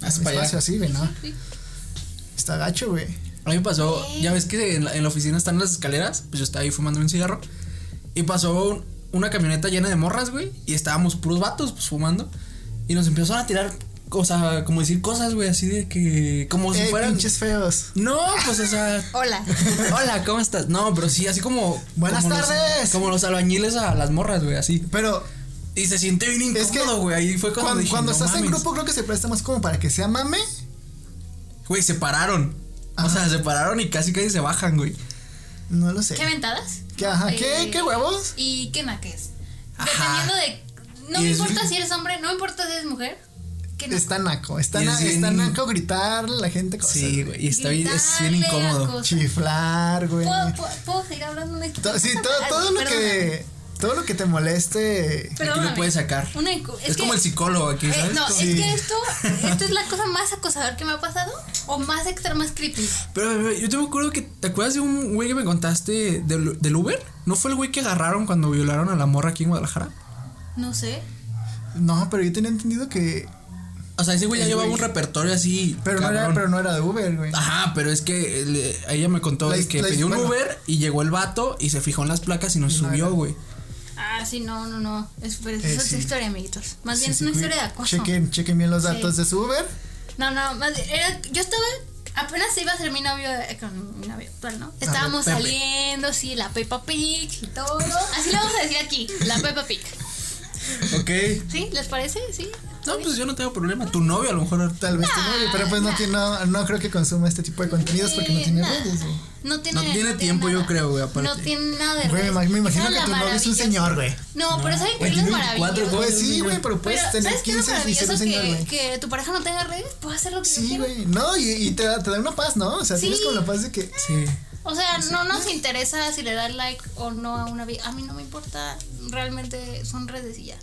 Haz
un
para allá.
espacio así, güey, ¿no?
Sí.
Está gacho, güey.
A mí me pasó, ya ves que en la, en la oficina están las escaleras, pues yo estaba ahí fumando un cigarro. Y pasó un- una camioneta llena de morras, güey. Y estábamos puros vatos, pues fumando. Y nos empezaron a tirar, o sea, como decir cosas, güey, así de que. Como si
eh,
fueran.
pinches feos.
No, pues o sea.
Hola.
Hola, ¿cómo estás? No, pero sí, así como.
Buenas
como los-
tardes.
como los albañiles a las morras, güey, así.
Pero
Y se siente bien
es que.
incómodo, güey. Ahí fue cuando.
cuando,
dije,
cuando
"No
estás en
mames".
grupo, creo que se presta más como para que sea mame.
Güey, se pararon. O sea, se pararon y casi casi se bajan, güey.
No lo sé.
¿Qué ventadas?
¿Qué, ajá, ¿qué,
Eh,
qué huevos?
¿Y qué naques?
Ajá.
Dependiendo de. No
Y
me
es-
importa si eres hombre, no me importa si eres mujer. ¿Qué naco?
Está naco, está,
Y es
na-
bien-
está naco gritar la gente cosas,
Sí, güey. Y está bien, es bien
Gritarle a
incómodo.
cosas.
Chiflar, güey.
¿Puedo, puedo, puedo seguir hablando de
To- sí, todo,
Ay,
todo lo
perdóname.
que todo lo que te moleste.
Aquí
Perdóname.
lo puedes sacar.
Una incu-
Es, como
que-
el psicólogo aquí,
Eh,
¿sabes?
no,
Como-
Sí.
es que esto, esto es la cosa más acosadora que me ha pasado o más extra, más creepy.
Pero bebé, yo te me acuerdo que. ¿Te acuerdas de un güey que me contaste del, del Uber? ¿No fue el güey que agarraron cuando violaron a la morra aquí en Guadalajara?
No sé.
No, pero yo tenía entendido que
O sea, ese güey ya
El
llevaba un
güey.
repertorio así.
pero no era
cabrón.
pero no era de Uber, güey.
Ah,
Ajá, pero es que le- ella me contó
La
de
his-
que
la his-
pidió un
bueno.
Uber y llegó el vato y se fijó en las placas y nos
no
subió,
era.
güey.
Ah, sí, no, no, no. Es, pero eso
Eh,
es
sí.
otra historia, amiguitos. Más
Sí,
bien es
sí,
una
güey.
historia de acoso.
Chequen, chequen bien los datos
Sí.
de su Uber.
No, no, más bien, era, yo estaba, apenas iba a ser mi novio, eh, con mi novio actual, ¿no? Estábamos
Ah, Pepe.
saliendo, sí, la Peppa Pig y todo. Así le vamos a decir aquí, la Peppa Pig.
Ok.
¿Sí? ¿Les parece? Sí.
No, pues yo no tengo problema. Tu novio a lo mejor.
Tal vez tu novio, pero pues no, tiene- no, no creo que consuma este tipo de contenidos porque no
Eh,
tiene
nah.
redes, güey.
No tiene,
No tiene tiempo, yo
nada.
creo, güey, aparte.
No tiene nada de
Güey, me
redes.
imag- me imagino
Esa
que
la
tu novio es un
maravillosa-
señor, güey.
No, pero ¿saben qué
güey,
es lo
tiene 24
maravilloso?
Pues sí, güey, pero puedes
Pero,
tener
¿sabes qué es lo
15 y ser un
maravilloso?
señor,
Que,
güey.
que tu pareja no tenga redes, puedo hacer lo que yo
Sí,
quiera.
güey. No, y, y te, da, te da una paz, ¿no? O sea,
Sí.
tienes como la paz de que.
Sí.
O sea, no nos interesa si le das like o no a una vida. A mí no me importa, realmente son redes y ya.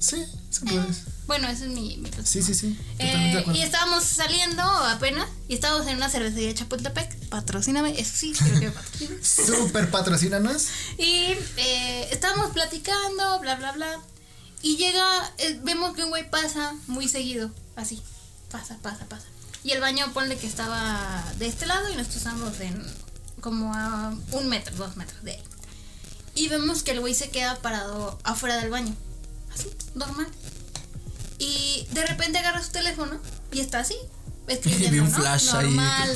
Sí, se puede.
Bueno, ese es mi, mi pensamiento.
Sí, sí, sí.
Eh,
Totalmente de acuerdo.
y estábamos saliendo apenas y estábamos en una cervecería de Chapultepec. Patrocíname, eso sí, creo que me patrocines.
Súper patrocínanos.
Y eh, estábamos platicando, bla, bla, bla. Y llega, eh, vemos que un güey pasa muy seguido, así. Pasa, pasa, pasa. Y el baño, ponle que estaba de este lado y nosotros estábamos en como a un metro, dos metros de él. Y vemos que el güey se queda parado afuera del baño. Así, normal. Y de repente agarra su teléfono y está así. Escribiendo,
Vi un
¿no?
flash ahí.
normal.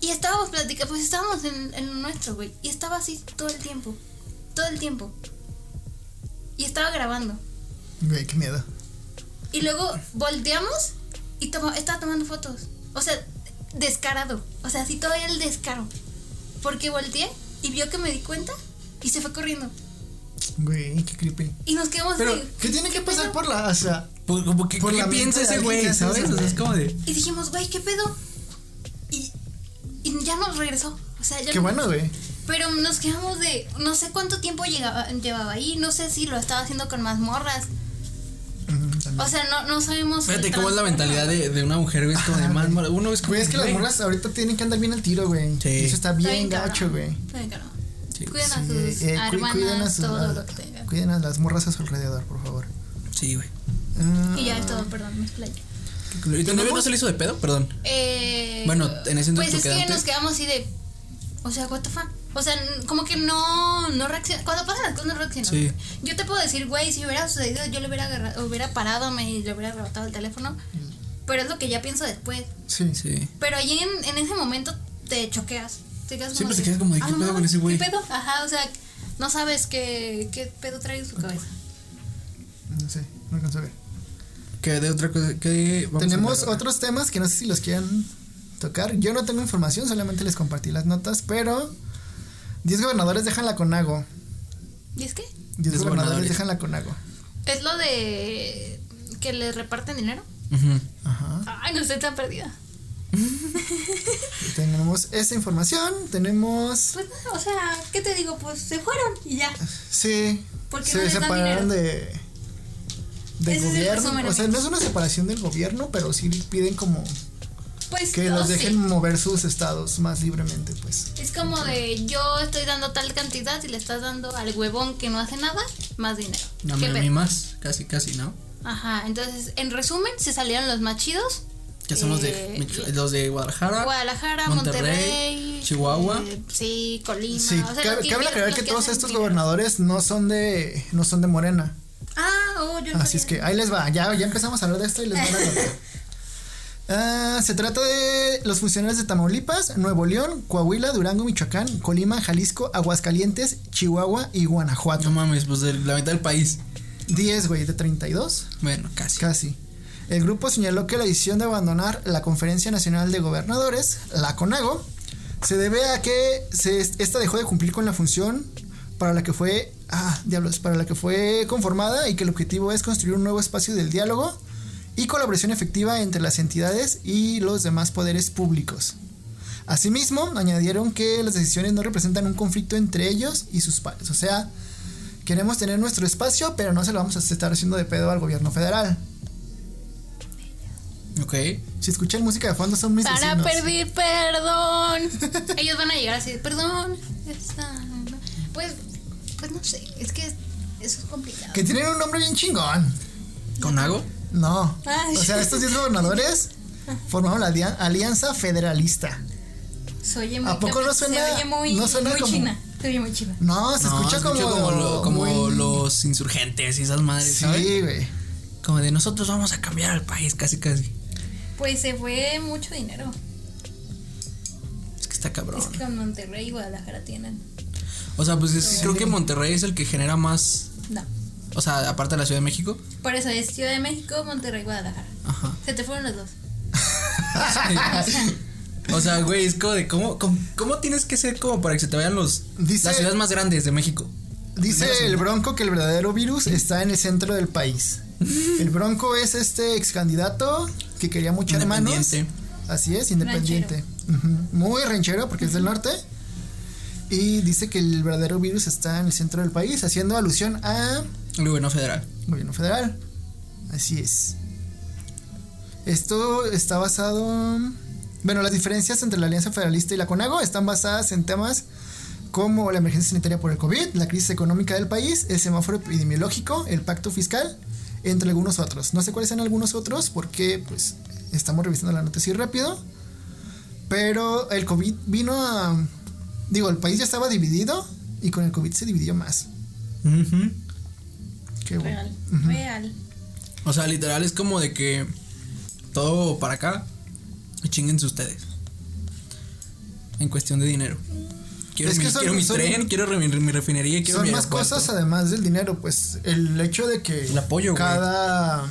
Y estábamos platicando, pues estábamos en, en lo nuestro, güey. Y estaba así todo el tiempo. Todo el tiempo. Y estaba grabando.
Güey, qué miedo.
Y luego volteamos y toma- estaba tomando fotos. O sea, descarado. O sea, así todavía el descaro. Porque volteé y vio que me di cuenta y se fue corriendo.
Güey, qué creepy.
Y nos quedamos
Pero,
así.
¿qué tiene que pasar
pedo?
por la.? O sea,
Por, como que-
Por
Pues, ¿Qué
la mente
piensa
de
ese
alguien que
güey?
hace
¿Sabes?
eso,
O sea, es
güey.
como de.
Y dijimos, güey, ¿qué pedo? Y, y ya nos regresó. O sea, ya
qué
no-
bueno, güey.
Pero nos quedamos de. No sé cuánto tiempo llegaba- llevaba ahí. No sé si lo estaba haciendo con más morras.
Ujú, también.
O sea, no, no sabemos.
Fíjate
el
cómo es la
trasfondo.
mentalidad de, de una mujer, güey. Es como de
Ajá,
más.
güey.
mora- Uno es como.
Güey, es que las
güey,
morras ahorita tienen que andar bien al tiro, güey.
Sí.
Y Eso está
Está
bien
cabrón.
gacho, güey.
Está bien cabrón.
Sí,
Cuiden a
Sí,
sus
eh, cu-
hermanas,
cuiden a sus-
todo
a-
lo que tengan.
Cuiden a las morras a su alrededor, por favor.
Sí, güey.
Ah,
Y ya es todo, perdón, me explayé.
¿Y tu novio no se le hizo de pedo? Perdón.
Eh,
Bueno, en ese
Pues
entonces tú
es que
quedaste.
nos quedamos así de. O sea, what the fuck. O sea, n- como que no, no reacciona. Cuando pasan las cosas no reacciona.
Sí.
Yo te puedo decir, güey, si hubiera sucedido, yo le hubiera agarrado, hubiera parado me- y le hubiera arrebatado el teléfono. Pero es lo que ya pienso después.
Sí, sí.
Sí.
Pero ahí en, en ese momento te choqueas. Te quedas
Siempre
como
pues, te quedas como de,
"Ah,
¿qué
no
pedo con
mames,
ese güey?"
¿Qué pedo? Ajá, o sea, no sabes qué, qué pedo trae en su cabeza.
No sé, no alcanzó a ver.
¿Qué de otra cosa? ¿Qué vamos a
Tenemos
hablar?
otros temas que no sé si los quieran tocar. Yo no tengo información, solamente les compartí las notas, pero 10 gobernadores dejan la Conago.
¿Y es que
10
Diez
gobernadores
gobernadores.
dejan la Conago.
¿Es lo de que les reparten dinero?
Ujú.
Ajá.
Ay, no estoy tan perdida.
Tenemos esa información, tenemos
Pues no, o sea, ¿qué te digo? Pues se fueron y ya.
Sí.
¿Por qué
se
no les dan
separaron de del
Ese es el resumen,
gobierno. O sea, no
amigos.
es una separación del gobierno, pero sí piden como
Pues
que
o
los
sí.
dejen mover sus estados más libremente, pues.
Es como de yo estoy dando tal cantidad y le estás dando al huevón que no hace nada más dinero.
No,
¿Qué
me
pedo?
mí más, casi, casi, ¿no?
Ajá, entonces en resumen se salieron los más chidos.
Que son los de,
Eh,
Micho- los de Guadalajara.
Guadalajara, Monterrey,
Monterrey, Chihuahua.
eh, sí, Colima.
Sí,
o sea,
cabe,
los
cabe
los
aclarar que,
que
todos
hacen
estos
dinero.
gobernadores no son de no son de Morena.
Ah, oh, yo no
Así es
sabía.
que ahí les va, ya, ya empezamos a hablar de esto y les van a notar. Ah, se trata de los funcionarios de Tamaulipas, Nuevo León, Coahuila, Durango, Michoacán, Colima, Jalisco, Aguascalientes, Chihuahua y
No
Guanajuato.
mames, pues de la mitad del país.
10, güey, de 32.
Bueno, casi.
Casi. El grupo señaló que la decisión de abandonar la Conferencia Nacional de Gobernadores, la CONAGO, se debe a que se, esta dejó de cumplir con la función para la que fue, ah, diablos, para la que fue conformada y que el objetivo es construir un nuevo espacio del diálogo y colaboración efectiva entre las entidades y los demás poderes públicos. Asimismo, añadieron que las decisiones no representan un conflicto entre ellos y sus pares. O sea, queremos tener nuestro espacio, pero no se lo vamos a estar haciendo de pedo al gobierno federal.
Ok.
Si escuchan música de fondo son mis
Para
vecinos.
pedir perdón. Ellos van a llegar así, perdón. esta- Pues, pues no sé, es que eso es complicado.
Que tienen un nombre bien chingón.
¿Con algo?
No.
Ay.
O sea, estos 10 gobernadores formaron la alia- Alianza Federalista.
Se oye muy
¿A poco
cap-
no suena-
se oye muy,
no suena
muy
como-
china. Se oye muy china.
No, se
No,
escucha
se
como.
lo- como
muy-
los insurgentes y esas madres, ¿sabes?
Sí, güey.
Como de nosotros vamos a cambiar al país, casi, casi.
Pues se fue mucho dinero.
Es que está cabrón.
Es que con Monterrey y Guadalajara tienen.
O sea, pues es- creo que Monterrey es el que genera más.
No.
O sea, aparte de la Ciudad de México.
Por eso es Ciudad de México, Monterrey, Guadalajara.
Ajá.
Se te fueron los dos.
O sea, güey, es como de cómo, cómo, cómo tienes que ser como para que se te vayan los
Dice-
las ciudades más grandes de México.
Dice el Bronco que el verdadero virus está en el centro del país. El Bronco es este ex candidato que quería mucho hermanos.
Independiente.
Así es, independiente. Ujú. Muy ranchero porque es del norte. Y dice que el verdadero virus está en el centro del país, haciendo alusión a
El gobierno federal.
gobierno federal. Así es. Esto está basado... Bueno, las diferencias entre la Alianza Federalista y la CONAGO están basadas en temas como la emergencia sanitaria por el COVID, la crisis económica del país, el semáforo epidemiológico, el pacto fiscal, entre algunos otros. No sé cuáles sean algunos otros porque pues estamos revisando la noticia rápido. Pero el COVID vino a... Digo, el país ya estaba dividido y con el COVID se dividió más.
Ujú.
Qué bueno.
Real. Real.
O sea, literal es como de que todo para acá y chinguense ustedes. En cuestión de dinero. Quiero,
Es
mi,
que son-
quiero mi
son-
tren, quiero re- mi, mi refinería, quiero mi
son más
aeropuerto.
cosas además del dinero, pues el hecho de que
El apoyo, güey.
cada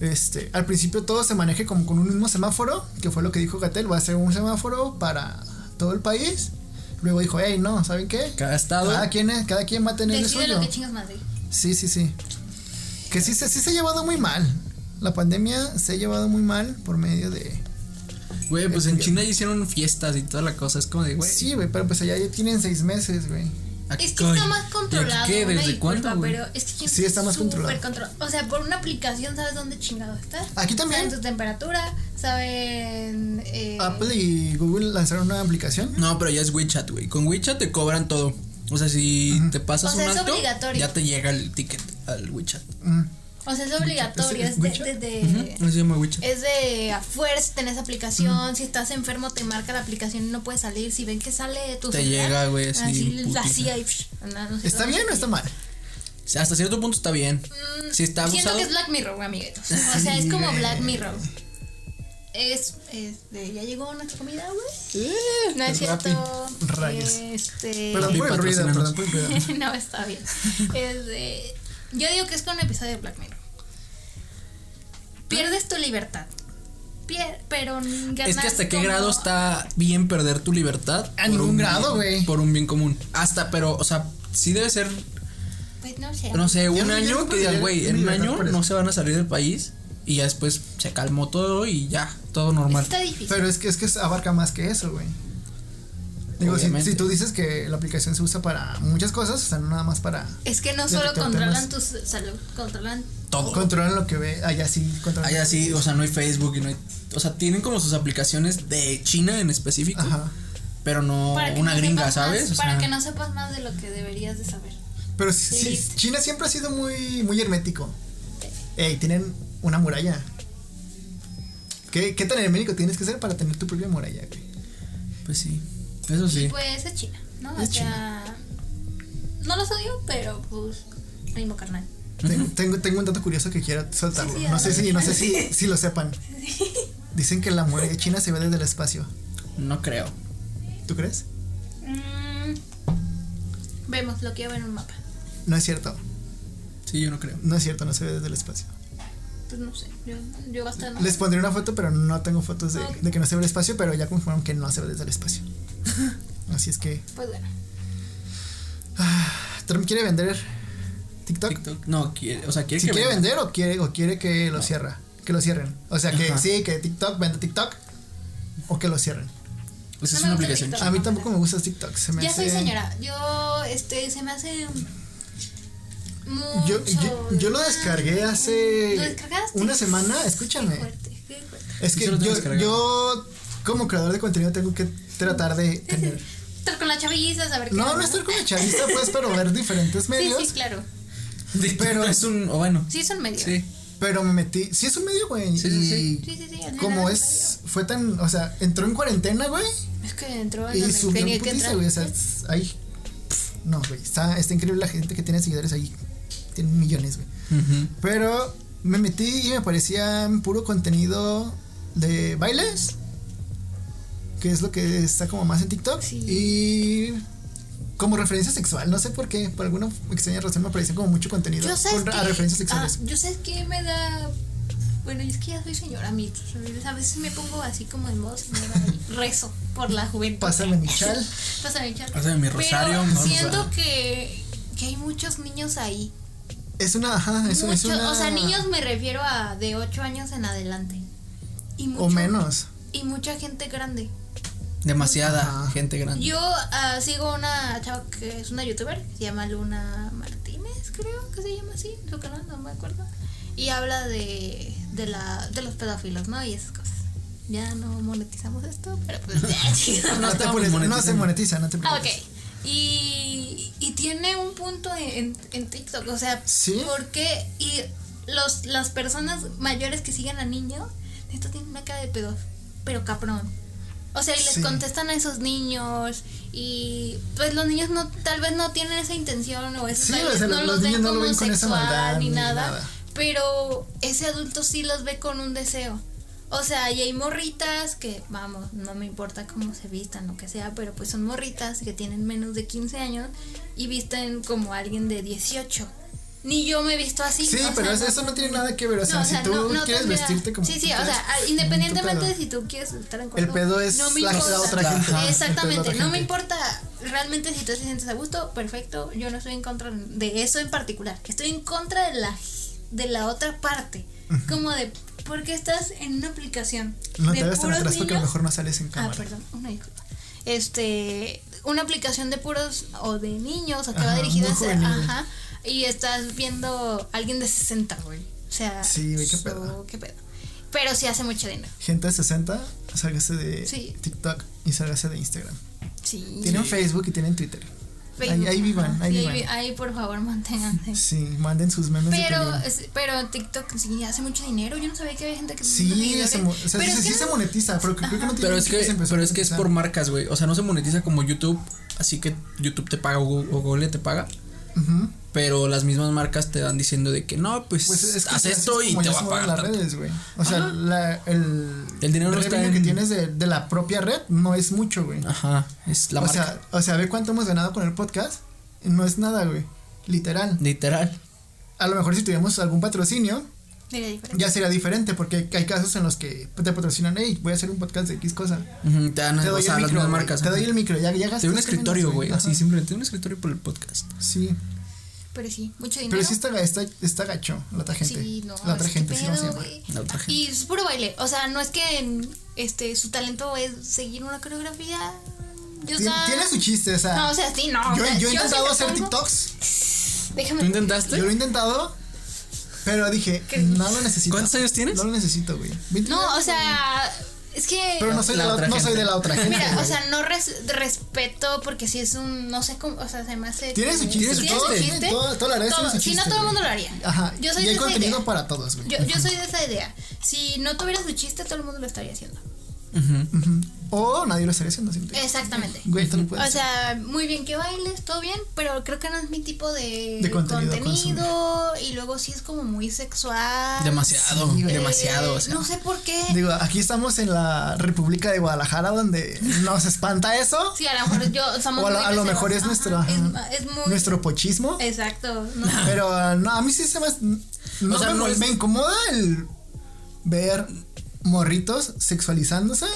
este, al principio todo se maneje como con un mismo semáforo, que fue lo que dijo Gatel, va a ser un semáforo para todo el país. Luego dijo, hey, no, ¿saben qué?
Cada estado.
Cada quien, es- cada quien va a tener el
Decide
suyo.
lo que chingas madre.
Sí, sí, sí. Que sí, se- sí se ha llevado muy mal. La pandemia se ha llevado muy mal por medio de...
Güey, pues en China ya hicieron fiestas y toda la cosa. Es como de, güey.
Sí, güey, pero pues allá ya tienen seis meses, güey.
aquí-
Es que está más controlado.
¿Y aquí ¿Qué?
una
¿Desde
disculpa,
cuándo? güey?
Pero es que
Sí, está más
súper
controlado. Ah,
control- O sea, por una aplicación sabes dónde chingado estás.
Aquí también.
Saben tu temperatura, saben. eh,
Ah, pues,
Apple y Google lanzaron una aplicación.
No, pero ya es WeChat, güey. Con WeChat te cobran todo. O sea, si te pasas
O sea,
un
es
acto,
obligatorio.
ya te llega el ticket al WeChat.
Mm.
O sea, es obligatorio,
¿Es-
es
es
de,
Wichat?
de- de-
Ujú, así se llama Wichat.
es de a fuerza tenés aplicación, si estás enfermo te marca la aplicación y no puedes salir, si ven que sale de tu
Te
celular,
llega, güey, así,
así
putiza.
la CIA y psh, no, no sé,
¿Está
no
bien o
sé. Mm,
está mal?
Sí, Hasta cierto punto está bien. Si está
Siento
abusado.
que es Black Mirror, güey, amiguitos. O sea, es como Black Mirror. Es, este, ya llegó nuestra comida, güey.
Eh,
No es
Rappi.
cierto.
Rayos.
Este.
Perdón por el ruido,
patrocínanos.
perdón por el ruido.
no, está bien. Es de- yo digo que es con un episodio de Black Mirror. Pierdes tu libertad. Pier- pero ganas
Es que hasta qué
como-
grado está bien perder tu libertad.
A
por
ningún
un
grado,
bien-
güey.
Por un bien común. Hasta, pero, o sea, sí debe ser,
Pues no sé.
no sé,
Yo
un
no- yo
año
no
que digan,
perdería mi
güey, en un
libertad
año
por eso.
no se van a salir del país y ya después se calmó todo y ya, todo normal.
Está difícil.
Pero es que, es que abarca más que eso, güey. Digo, si,
Obviamente.
si tú dices que la aplicación se usa para muchas cosas, o sea, no nada más para
es que no
Yo
solo
te- te-
controlan
temas.
tu salud, controlan
Todo.
controlar lo que ve. Allá sí, controlar.
Allá sí, o sea, no hay Facebook y no hay. O sea, tienen como sus aplicaciones de China en específico,
Ajá.
pero no
para que
una
no
gringa,
sepas más-
¿sabes? O
para
sea,
que no sepas más de lo que deberías de saber.
Pero sí, sí,
Listo.
China siempre ha sido muy, muy hermético. Ey, tienen una muralla. ¿Qué, qué tan hermético tienes que ser para tener tu propia muralla, güey?
Pues sí, eso sí.
Pues es China, ¿no?
Es
o sea, no los odio, pero pues primo carnal.
Tengo, tengo, tengo un dato curioso que quiero soltarlo.
Sí, sí,
no sé
adelante.
si, no sé si, si lo sepan. Dicen que la muralla china se ve desde el espacio.
No creo.
¿Tú crees?
Mm, vemos, lo quiero ver en un mapa.
No es cierto.
Sí, yo no creo.
No es cierto, no se ve desde el espacio.
Pues no sé, yo, yo bastante.
Les pondré una foto, pero no tengo fotos de,
Ok.
de que no se ve el espacio, pero ya confirmaron que no se ve desde el espacio. Así es que ah,
Pues bueno.
Trump quiere vender TikTok.
TikTok. No, quiere, o sea, quiere
Si
que
quiere
venda.
vender o quiere o quiere que lo cierra, que lo cierren. O sea, que
Ajá.
sí, que TikTok venda TikTok o que lo cierren.
Pues
No
es
me
una
gusta
aplicación
TikTok.
A mí tampoco me gusta TikTok, se me
Ya
hace-
soy señora, yo, este, se me hace. Mucho
Yo, yo, yo lo descargué hace
¿Lo descargaste?
una semana,
Qué
escúchame.
fuerte, qué fuerte.
Es que
Yo lo tengo
yo,
descargado.
yo como creador de contenido tengo que tratar de tener
Estar con la chaviza, saber qué
No,
onda,
no estar como chavista pues, pero ver diferentes
Sí,
medios.
sí, claro.
TikTok. Pero es un. O bueno.
Sí, son medios.
Sí.
Pero me metí. Sí, es un medio, güey.
Sí, sí, sí.
y
Sí, sí, sí, al
Como
final
es. Fue tan. O sea, entró en cuarentena, güey.
Es que entró en
Y
donde
subió
tenía
un
que
putiza,
entrar.
güey. O sea, es- ahí. pf, No, güey. Está, está increíble la gente que tiene seguidores ahí. Tienen millones, güey.
Ujú.
Pero me metí y me parecían puro contenido de bailes. Que es lo que está como más en TikTok.
Sí.
Y. Como referencia sexual, no sé por qué, por alguna extraña razón me parecía como mucho contenido
yo sé
con,
que,
a referencias
ah,
sexuales.
yo sé que me da bueno, es que ya soy señora, mi- a veces me pongo así como en modo señora y rezo por la juventud.
Pásame mi chal.
Pásame mi chal.
Pásame mi rosario,
Pero
vamos
siento
a-
que, que hay muchos niños ahí.
Es una, ajá, es, es
Muchos,
una.
O sea, niños me refiero a de 8 años en adelante. Y mucho-
O menos.
Y mucha gente grande.
Demasiada
Ajá.
gente grande.
Yo ah, sigo una chava que es una youtuber, que se llama Luna Martínez, creo que se llama así, su canal, no me acuerdo. Y habla de, de, la, de los pedófilos, ¿no? Y esas cosas. Ya no monetizamos esto, pero pues ya, chido.
No, te
estamos
apures, no se
monetizando.
monetiza, no te
Ah,
preocupes.
ok. Y, y tiene un punto en, en TikTok, o sea,
¿Sí?
porque y los, las personas mayores que siguen a niños, esto tiene una cara de pedo, pero cabrón. O sea, y les
Sí.
contestan a esos niños y pues los niños no tal vez no tienen esa intención o esos
Sí,
bailes
o sea,
no
los
los,
niños
ven
no lo
como
ven con esa
sexual
maldad
ni,
ni
nada,
nada.
pero ese adulto sí los ve con un deseo. O sea, y hay morritas que, vamos, no me importa cómo se vistan, lo que sea, pero pues son morritas que tienen menos de 15 años y visten como alguien de 18. Ni yo me he visto así.
Sí,
o sea,
pero eso- eso no tiene nada que ver. O sea,
no,
si tú
no, no
quieres
tendría-
vestirte como.
Sí,
tú
sí, o
quieras,
sea,
tu
independientemente de
pedo.
si tú quieres estar en
El pedo es
no me
la- la
importa.
otra gente.
Ajá.
El pedo
Exactamente,
es la
no me
gente.
importa. Realmente si tú te sientes a gusto, perfecto. Yo no estoy en contra de eso en particular. Estoy en contra de la de la otra parte, como de por qué estás en una aplicación
No
de
te ves tan
puros
atrás porque a lo
niños?
mejor no sales en
Ah,
cámara.
perdón, una disculpa. Este, una aplicación de puros o de niños o que va
Ajá,
dirigida
muy
a ser,
juvenil.
ajá, y estás viendo a alguien de 60, güey. O sea,
Sí, güey, qué
so-
pedo.
qué pedo. Pero sí hace mucho dinero.
Gente de 60, sálgase de
Sí.
TikTok y sálgase de Instagram.
Sí.
Tienen Facebook y tienen Twitter.
Facebook,
ahí vivan,
ajá,
ahí
sí,
vivan.
vi- ahí, por favor, manténganse.
Sí, manden sus memes de
Pero,
Piolín.
es- pero TikTok sí hace mucho dinero. Yo no sabía que había gente que
Sí,
videos
se,
que-
mo- o sea,
pero es
sí-
que
sí
no-
se monetiza, pero creo que no tiene
Pero es
mucho se
que,
empezó a
pero es que es por
monetizar.
marcas, güey. O sea, no se monetiza como YouTube, así que YouTube te paga o Go- o Google te paga.
Ujú.
Pero las mismas marcas te van diciendo de que no, pues,
Pues es que
haz
así es
esto y
como
te
ya
va
se
a
mueven
pagar
las
tanto.
redes, güey. O sea, la- el,
El dinero no está
revenue
en-
que tienes de, de la propia red no es mucho, güey.
Ajá, es la
o,
marca.
sea, o sea, ve cuánto hemos ganado con el podcast. No es nada, güey. Literal.
Literal.
A lo mejor si tuviéramos algún patrocinio,
Mira, diferente.
ya sería diferente, porque hay casos en los que te patrocinan, hey, voy a hacer un podcast de X cosa.
Ujú, te dan
Te
o
doy
sea,
el
las
micro,
mismas
güey.
marcas.
Te
ajá.
doy el micro, ya, ya gastas
Te doy un
menos,
escritorio, güey.
Ajá.
Así, simplemente un escritorio por el podcast.
Sí.
Pero sí, mucho dinero.
Pero sí está, está, está gacho la otra gente.
Sí, no,
la otra
es que
gente, sí, vamos a
pedo,
llamar.
güey.
La otra gente.
Y es puro baile. O sea, no es que en, este su talento es seguir una coreografía. Yo, o
Tien-
sea,
Tiene su chiste, o sea.
No, o sea, sí, no.
yo,
Ah, o sea,
yo he intentado
sí me
hacer
pongo-
TikToks.
Déjame.
¿Tú intentaste?
Yo lo he intentado. Pero dije, no lo necesito.
¿Cuántos años tienes?
No lo necesito, güey. 20
No, o
años, güey.
sea, es que.
Pero no soy,
La
de, la,
otra
no soy
gente.
de la otra gente.
Mira, o
güey.
sea, no res- respeto porque si es un, no sé cómo, o sea, se me hace...
Tiene su chiste,
Tiene
todo-
su chiste.
todo- toda la red tiene su
Si no,
chiste,
todo el
güey.
mundo lo haría.
Ajá.
Yo soy
y
de
hay
esa
contenido
idea.
para todos, güey.
Yo, yo soy de esa idea. Si no tuviera su chiste, todo el mundo lo estaría haciendo.
Ujú.
Ujú. O nadie lo estaría haciendo siempre.
Exactamente.
Güey, esto no puede
O
ser.
sea, muy bien que bailes, todo bien, pero creo que no es mi tipo de,
De contenido a
contenido, y luego sí es como muy sexual.
Demasiado,
Sí, güey.
demasiado. O
Eh,
sea,
No sé por qué.
Digo, aquí estamos en la República de Guadalajara donde nos espanta eso.
Sí, a lo mejor yo somos
o a lo,
muy
a lo mejor es
reservados.
nuestro,
Ajá, es-
ajá,
es, muy
nuestro pochismo.
Exacto. no.
Pero ah, no, a mí sí se me. No,
O sea,
me,
no es-
me incomoda el ver morritos sexualizándose.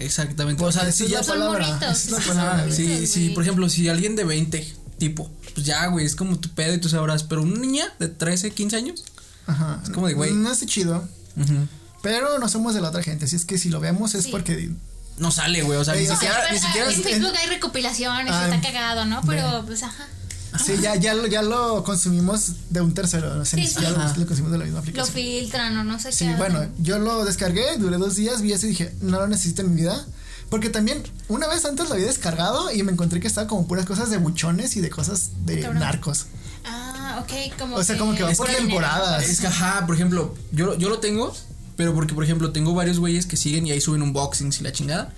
exactamente. O sea,
Esa
si
es
ya
la
son
palabra.
morritos.
es la
Ajá,
palabra,
Ah,
güey.
sí,
Güey.
sí, por ejemplo, si alguien de 20, tipo, pues ya, güey, es como tu pedo y tú sabrás, pero una niña de 13, 15 años.
Ajá.
Es como de, güey.
No está chido.
ujú,
Pero no somos de la otra gente. Así es que si lo vemos es
Sí.
porque.
No sale, güey, o sea, ni
Ey, o sea,
siquiera,
Pero,
ni
ah,
siquiera
en
es-
Facebook hay recopilaciones,
Ah,
está cagado, ¿no? Pero, pues, ajá.
Sí, ya, ya, lo, ya lo consumimos de un tercero. No sé, ni
Sí, sí.
siquiera lo-
Ajá.
lo consumimos de la misma
Lo
aplicación.
filtran o no sé
Sí,
qué.
bueno,
hacen.
yo lo descargué, duré dos días, vi eso y dije, no lo necesito en mi vida. Porque también, una vez antes lo había descargado y me encontré que estaba como puras cosas de buchones y de cosas de
Cabrón.
narcos.
Ah, ok, como.
O sea, como que va
es
por
dinero.
temporadas.
Es que, ajá, por ejemplo, yo, yo lo tengo, pero porque, por ejemplo, tengo varios güeyes que siguen y ahí suben unboxings y la chingada.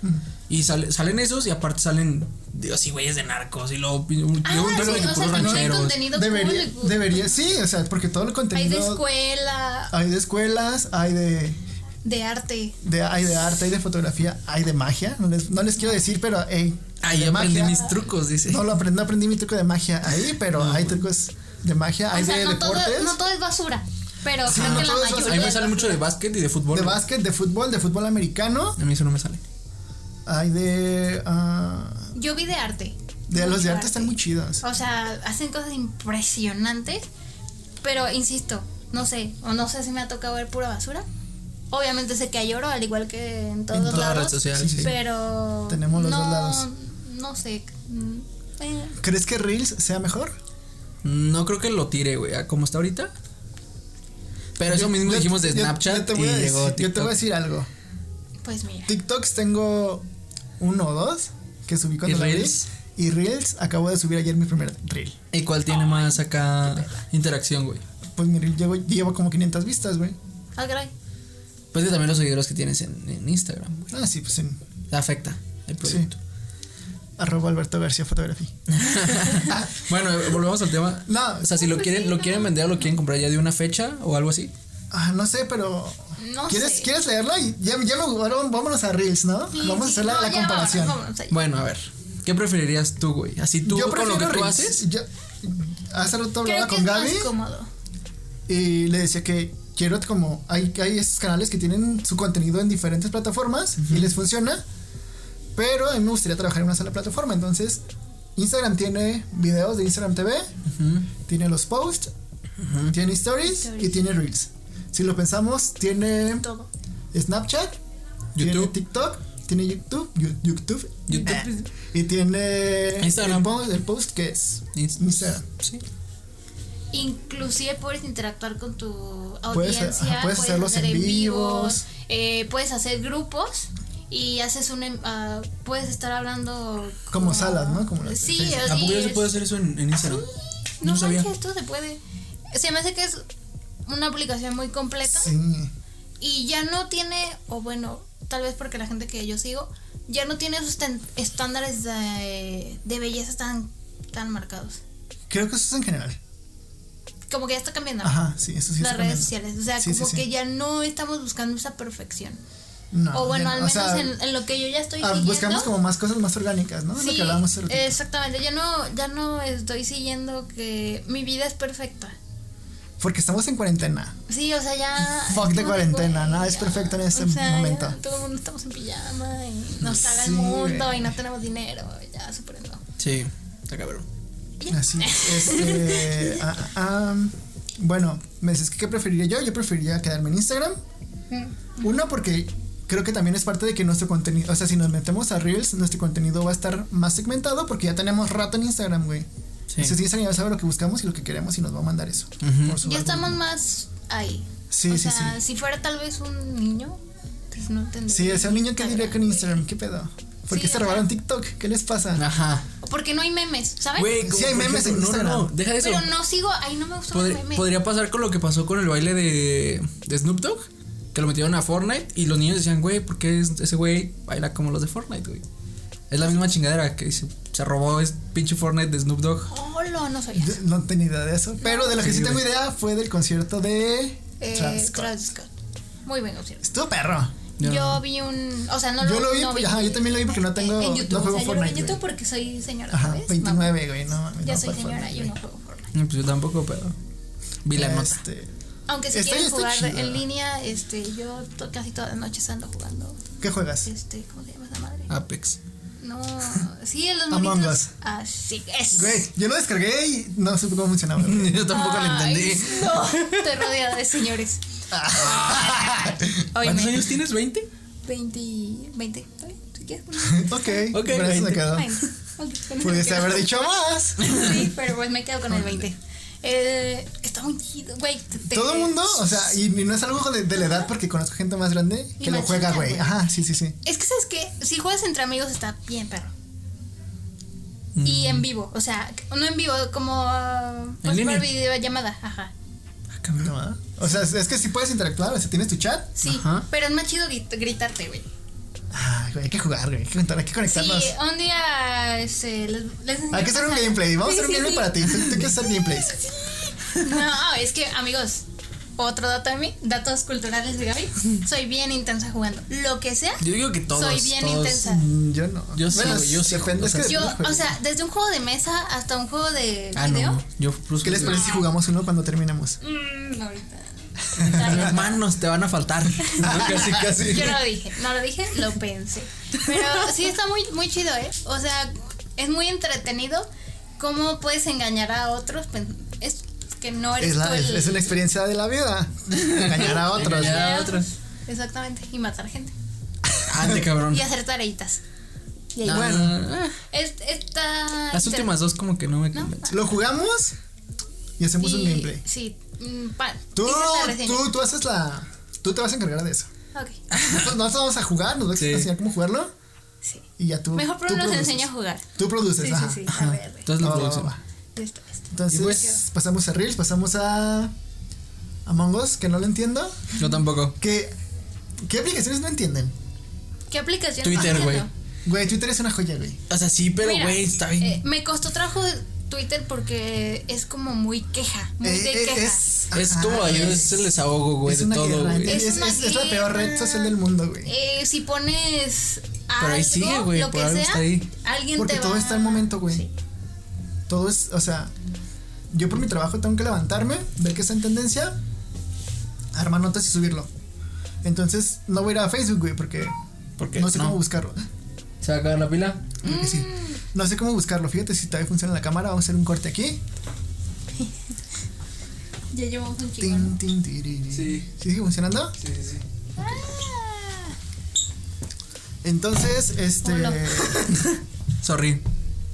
Y sale- salen esos y aparte salen, digo, así, güeyes de narcos y luego. y un-
Ah,
y un-
sí,
pero de
o sea,
puros
que no hay
rancheros.
contenido
Debería,
público.
debería, sí, o sea, porque todo el
Hay
contenido...
de escuela,
hay de escuelas, hay de,
de arte.
de- hay de arte, hay de fotografía, hay de magia. No les, no les quiero decir, pero hey,
Ahí
de
aprendí
magia.
mis trucos, dice.
No lo aprendí, no aprendí mi truco de magia ahí, pero hay trucos de magia, hay
o sea,
de
no,
deportes.
Todo, no todo es basura, pero
Sí,
creo
no
que la
todo es basura.
mayoría.
A mí me
es
sale mucho de
basura.
básquet y de fútbol.
de
güey.
básquet, de fútbol, de fútbol americano,
A mí eso no me sale.
hay de... ah,
Yo vi de arte.
De los de
Mucho
arte están muy chidos.
O sea, hacen cosas impresionantes, pero insisto, no sé, o no sé si me ha tocado ver pura basura. Obviamente sé que hay oro, al igual que en todos
toda
Toda
lados.
red social,
Sí, sí,
sí.
Pero.
Tenemos los
no,
dos lados.
No sé. mm, eh,
¿Crees que Reels sea mejor?
No creo que lo tire, güey, a como está ahorita. Pero eso mismo
Yo-
dijimos de
yo-
Snapchat
yo te voy
y
a decir-
llegó
Yo te voy a
TikTok.
decir algo.
Pues mira.
TikToks tengo uno o dos que subí cuando
¿Y
la abrí.
Reels?
Y Reels acabo de subir ayer mi primer Reel.
¿Y cuál tiene más acá interacción, güey?
Pues mi Reel llevo, lleva como 500 vistas, güey.
Ah, caray.
Pues que también los seguidores que tienes en, en Instagram, güey.
Ah, sí, pues en
Afecta el proyecto.
arroba Alberto García Photography.
Bueno, eh, volvemos al tema.
No.
O sea, si lo
Pues
quieren, lo quieren vender o lo quieren comprar ya de una fecha o algo así.
Ah, no sé, pero...
No
¿Quieres,
sé.
¿Quieres leerla? Y ya, ya me jugaron, vámonos a Reels, ¿no?
Sí,
Vamos a
sí,
hacer la,
no,
la
ya,
comparación.
vámonos, vámonos ahí.
Bueno, a ver. ¿Qué preferirías tú, güey? Así tú con lo que tú
Reels.
haces.
Yo, hace rato
Creo
hablaba
que
con
es
Gaby.
más cómodo.
y le decía que quiero como hay, hay estos canales que tienen su contenido en diferentes plataformas y les funciona pero a mí me gustaría trabajar en una sola plataforma entonces Instagram tiene videos de Instagram TV
Ujú.
tiene los posts tiene stories,
Stories.
y tiene reels si lo pensamos tiene
Todo.
Snapchat tiene
YouTube.
TikTok tiene YouTube Yu- YouTube,
YouTube.
y tiene
Instagram.
el post, el post que es
Inst-
Instagram
Sí.
Inclusive puedes interactuar con tu
Puedes,
audiencia,
ajá, puedes hacerlos en vivos.
eh, puedes hacer grupos y haces un... em- ah, puedes estar hablando...
Como salas, ¿no? Como las-
sí,
sí, sí.
es-
¿A poco ya
y
se puede hacer eso en, en Instagram?
es-
No,
No,
sabía.
manches, todo se puede. Se me hace que es una aplicación muy completa
Sí.
y ya no tiene, o bueno, tal vez porque la gente que yo sigo, ya no tiene esos ten- estándares de, de belleza tan, tan marcados.
Creo que eso es en general.
Como que ya está cambiando.
Ajá, sí, eso sí
las
está
redes
cambiando.
sociales, o sea,
Sí, sí,
como
sí.
que ya no estamos buscando esa perfección.
No,
o bueno,
Ah, ya
al
no, o
menos
sea,
en, en lo que yo ya estoy
ah,
siguiendo.
buscamos como más cosas más orgánicas, ¿no? Es lo
Sí,
que hablábamos hace ratito.
exactamente. Ya no, ya no estoy siguiendo que mi vida es perfecta.
Porque estamos en cuarentena.
Sí, o sea, ya.
Fuck de
como que,
cuarentena,
güey,
nada es
ya,
perfecto en este
o sea, ya
momento.
todo el mundo estamos en pijama y nos caga
Sí,
el mundo
güey.
y no tenemos dinero. Ya, súper no.
Sí, está cabrón.
Así es. Este, ah, ah, ah, bueno, me dices que qué preferiría yo. Yo preferiría quedarme en Instagram.
Mm.
Uno, porque creo que también es parte de que nuestro contenido, o sea, si nos metemos a Reels, nuestro contenido va a estar más segmentado porque ya tenemos rato en Instagram, güey.
Sí.
Entonces Instagram ya sabe lo que buscamos y lo que queremos y nos va a mandar eso.
Ujú.
por su
Ya
algoritmo.
estamos más ahí.
Sí,
o
sí,
sea,
sí.
si fuera tal vez un niño, pues no tendría.
Sí, o sea, un niño que diría con
Instagram.
Instagram, ¿qué pedo? ¿Por qué
Sí,
se
ajá.
robaron TikTok? ¿Qué les pasa?
Ajá.
Porque no hay memes, ¿sabes?
Güey,
Sí,
como
hay
por
memes en
ejemplo- no, no, no,
Instagram.
deja eso.
Pero no sigo, ahí no me gustan los
Podri-
memes.
podría pasar con lo que pasó con el baile de, de Snoop Dogg, que lo metieron a Fortnite y los niños decían, güey, ¿por qué es- ese güey baila como los de Fortnite, güey? Es la misma chingadera que se, se robó es pinche Fortnite de Snoop Dogg.
Hola, no sabía.
Yo No tenía idea de eso. Pero de lo que sí,
Sí,
tengo
güey.
idea fue del concierto de
Eh,
Travis Scott.
Travis Scott. Muy bien, opción.
Estuvo perro.
Ya.
Yo vi un. O sea, no
Yo lo vi, pues, ajá, yo también lo vi porque no tengo-
En
no
YouTube,
juego
o sea, yo lo vi en
Fortnite,
YouTube
güey.
porque soy señora.
Ajá,
¿sabes?
29, güey. No mames.
Mamá, Ya
no, pues,
soy
por
señora,
favor,
yo no
güey.
juego Fortnite.
No, Pues yo tampoco, pero vi la nota.
Este,
Aunque si
Está-
quieren
está
jugar
chido.
en línea, este, yo to- casi todas las noches ando jugando.
¿Qué juegas?
Este, ¿cómo se llama esa madre?
Apex.
No. Sí, en los
Ah. Among Us.
monitos. Ah, Así es.
Güey, yo lo descargué y no supe cómo funcionaba. güey.
Yo tampoco lo
Ay,
entendí.
No, estoy rodeada de señores.
¿Cuántos
Óyeme.
años tienes? ¿20?
20, 20, ¿está bien? Si quieres.
ok,
Ok,
por eso me
veinte.
quedó.
Bueno, ok, con eso
Pudiste
me
haber
quedo.
dicho más.
Sí, pero pues me quedo con el 20. Eh, está muy chido, güey. te- te-
Todo el mundo, o sea, y no es algo de, de la edad porque conozco gente más grande
Y
que lo
más
juega,
chica,
güey.
güey.
Ajá, sí, sí, sí.
Es que sabes que si juegas entre amigos está bien, perro.
Mm.
Y en vivo, o sea, no en vivo, como ah, pues,
línea.
por videollamada, ajá.
Ah, cabrón.
No, ¿eh? O sea, es es que sí puedes interactuar, o sea, tienes tu chat.
Sí,
Ajá.
pero es más chido grit- gritarte, güey.
Ay, güey, hay que jugar, güey. Hay que contar, hay que
Sí,
conectarnos. Ah,
un día este, les, les enseño
Hay que hacer un
cosas.
gameplay. Vamos
Sí,
a hacer un
sí,
gameplay
sí.
para ti. Tú, tú quieres hacer gameplays.
No, es que, amigos, otro dato de mí, datos culturales de Gaby. Soy bien intensa jugando. Lo que sea,
Yo digo que todos.
soy bien
todos.
intensa.
Mm, Yo no.
Yo sí, güey, yo sí juego,
Depende, es que
o sea,
Yo,
depende del
o
juego.
sea, desde un juego de mesa hasta un juego de
Ah,
video.
no. Yo plus-
¿Qué les parece si jugamos uno cuando terminemos?
Mm, ahorita.
Las manos te van a faltar. casi, casi.
Yo no lo dije, no lo dije, lo pensé. Pero sí está muy, muy chido, ¿eh? O sea, es muy entretenido cómo puedes engañar a otros. pen- Es que no eres
Es, la-
tú
es-
el-
es una experiencia de la vida. Engañar a otros.
Engañar
a
a otros.
Exactamente, y matar gente.
Ande, Ah, cabrón.
Y hacer tareitas. Y ahí
Ah,
va.
eh.
Es- está
Las
inter-
últimas dos como que no me convencen.
Lo jugamos y hacemos un
y-
gameplay.
Sí. mm, pa-
Tú,
hice esta reseña.
tú, tú haces la. Tú te vas a encargar de eso.
Ok,
Nosotros, nosotros vamos a jugar, nos vas a
Sí.
enseñar cómo jugarlo
sí.
y ya tú.
Mejor
tú
Bruno nos
produces.
enseña a jugar.
Tú
Sí,
produces,
sí,
ajá.
sí. A ver, a ver.
Entonces la
Va, va,
producción.
va, va.
Esto, esto.
Entonces,
Y pues-
pasamos a Reels, pasamos a Among Us, que no lo entiendo.
Yo tampoco.
Que, ¿Qué aplicaciones no entienden?
¿Qué aplicación?
Twitter,
Ah,
güey.
no.
Güey, Twitter es una joya, güey.
O sea, sí, pero
Mira,
güey, está bien.
eh, me costó trabajo Twitter porque es como muy queja, muy
Eh,
de
eh,
queja.
es
ajá,
como yo es el desahogo, güey,
es
de
una
todo,
guerra,
güey.
Es,
Es una
es- es la peor red
guerra.
social del mundo, güey.
Eh, si pones
Pero
algo,
ahí sigue, güey,
lo
por
que
algo
sea,
está ahí.
alguien
Porque
te
todo
va-
está en momento, güey.
Sí.
Todo es, o sea, yo por mi trabajo tengo que levantarme, ver qué está en tendencia, armar notas y subirlo. Entonces no voy a ir a Facebook, güey, porque
Porque
no sé cómo buscarlo.
¿Se va a acabar la pila?
Porque sí. No sé cómo buscarlo. Fíjate si todavía funciona la cámara. Vamos a hacer un corte aquí.
Ya llevamos un chingo. ¿no?
Tin, tin, tiriri.
Sí.
¿Sí sigue funcionando?
Sí, sí, sí.
Ah,
Entonces, este.
Hola.
Sorry.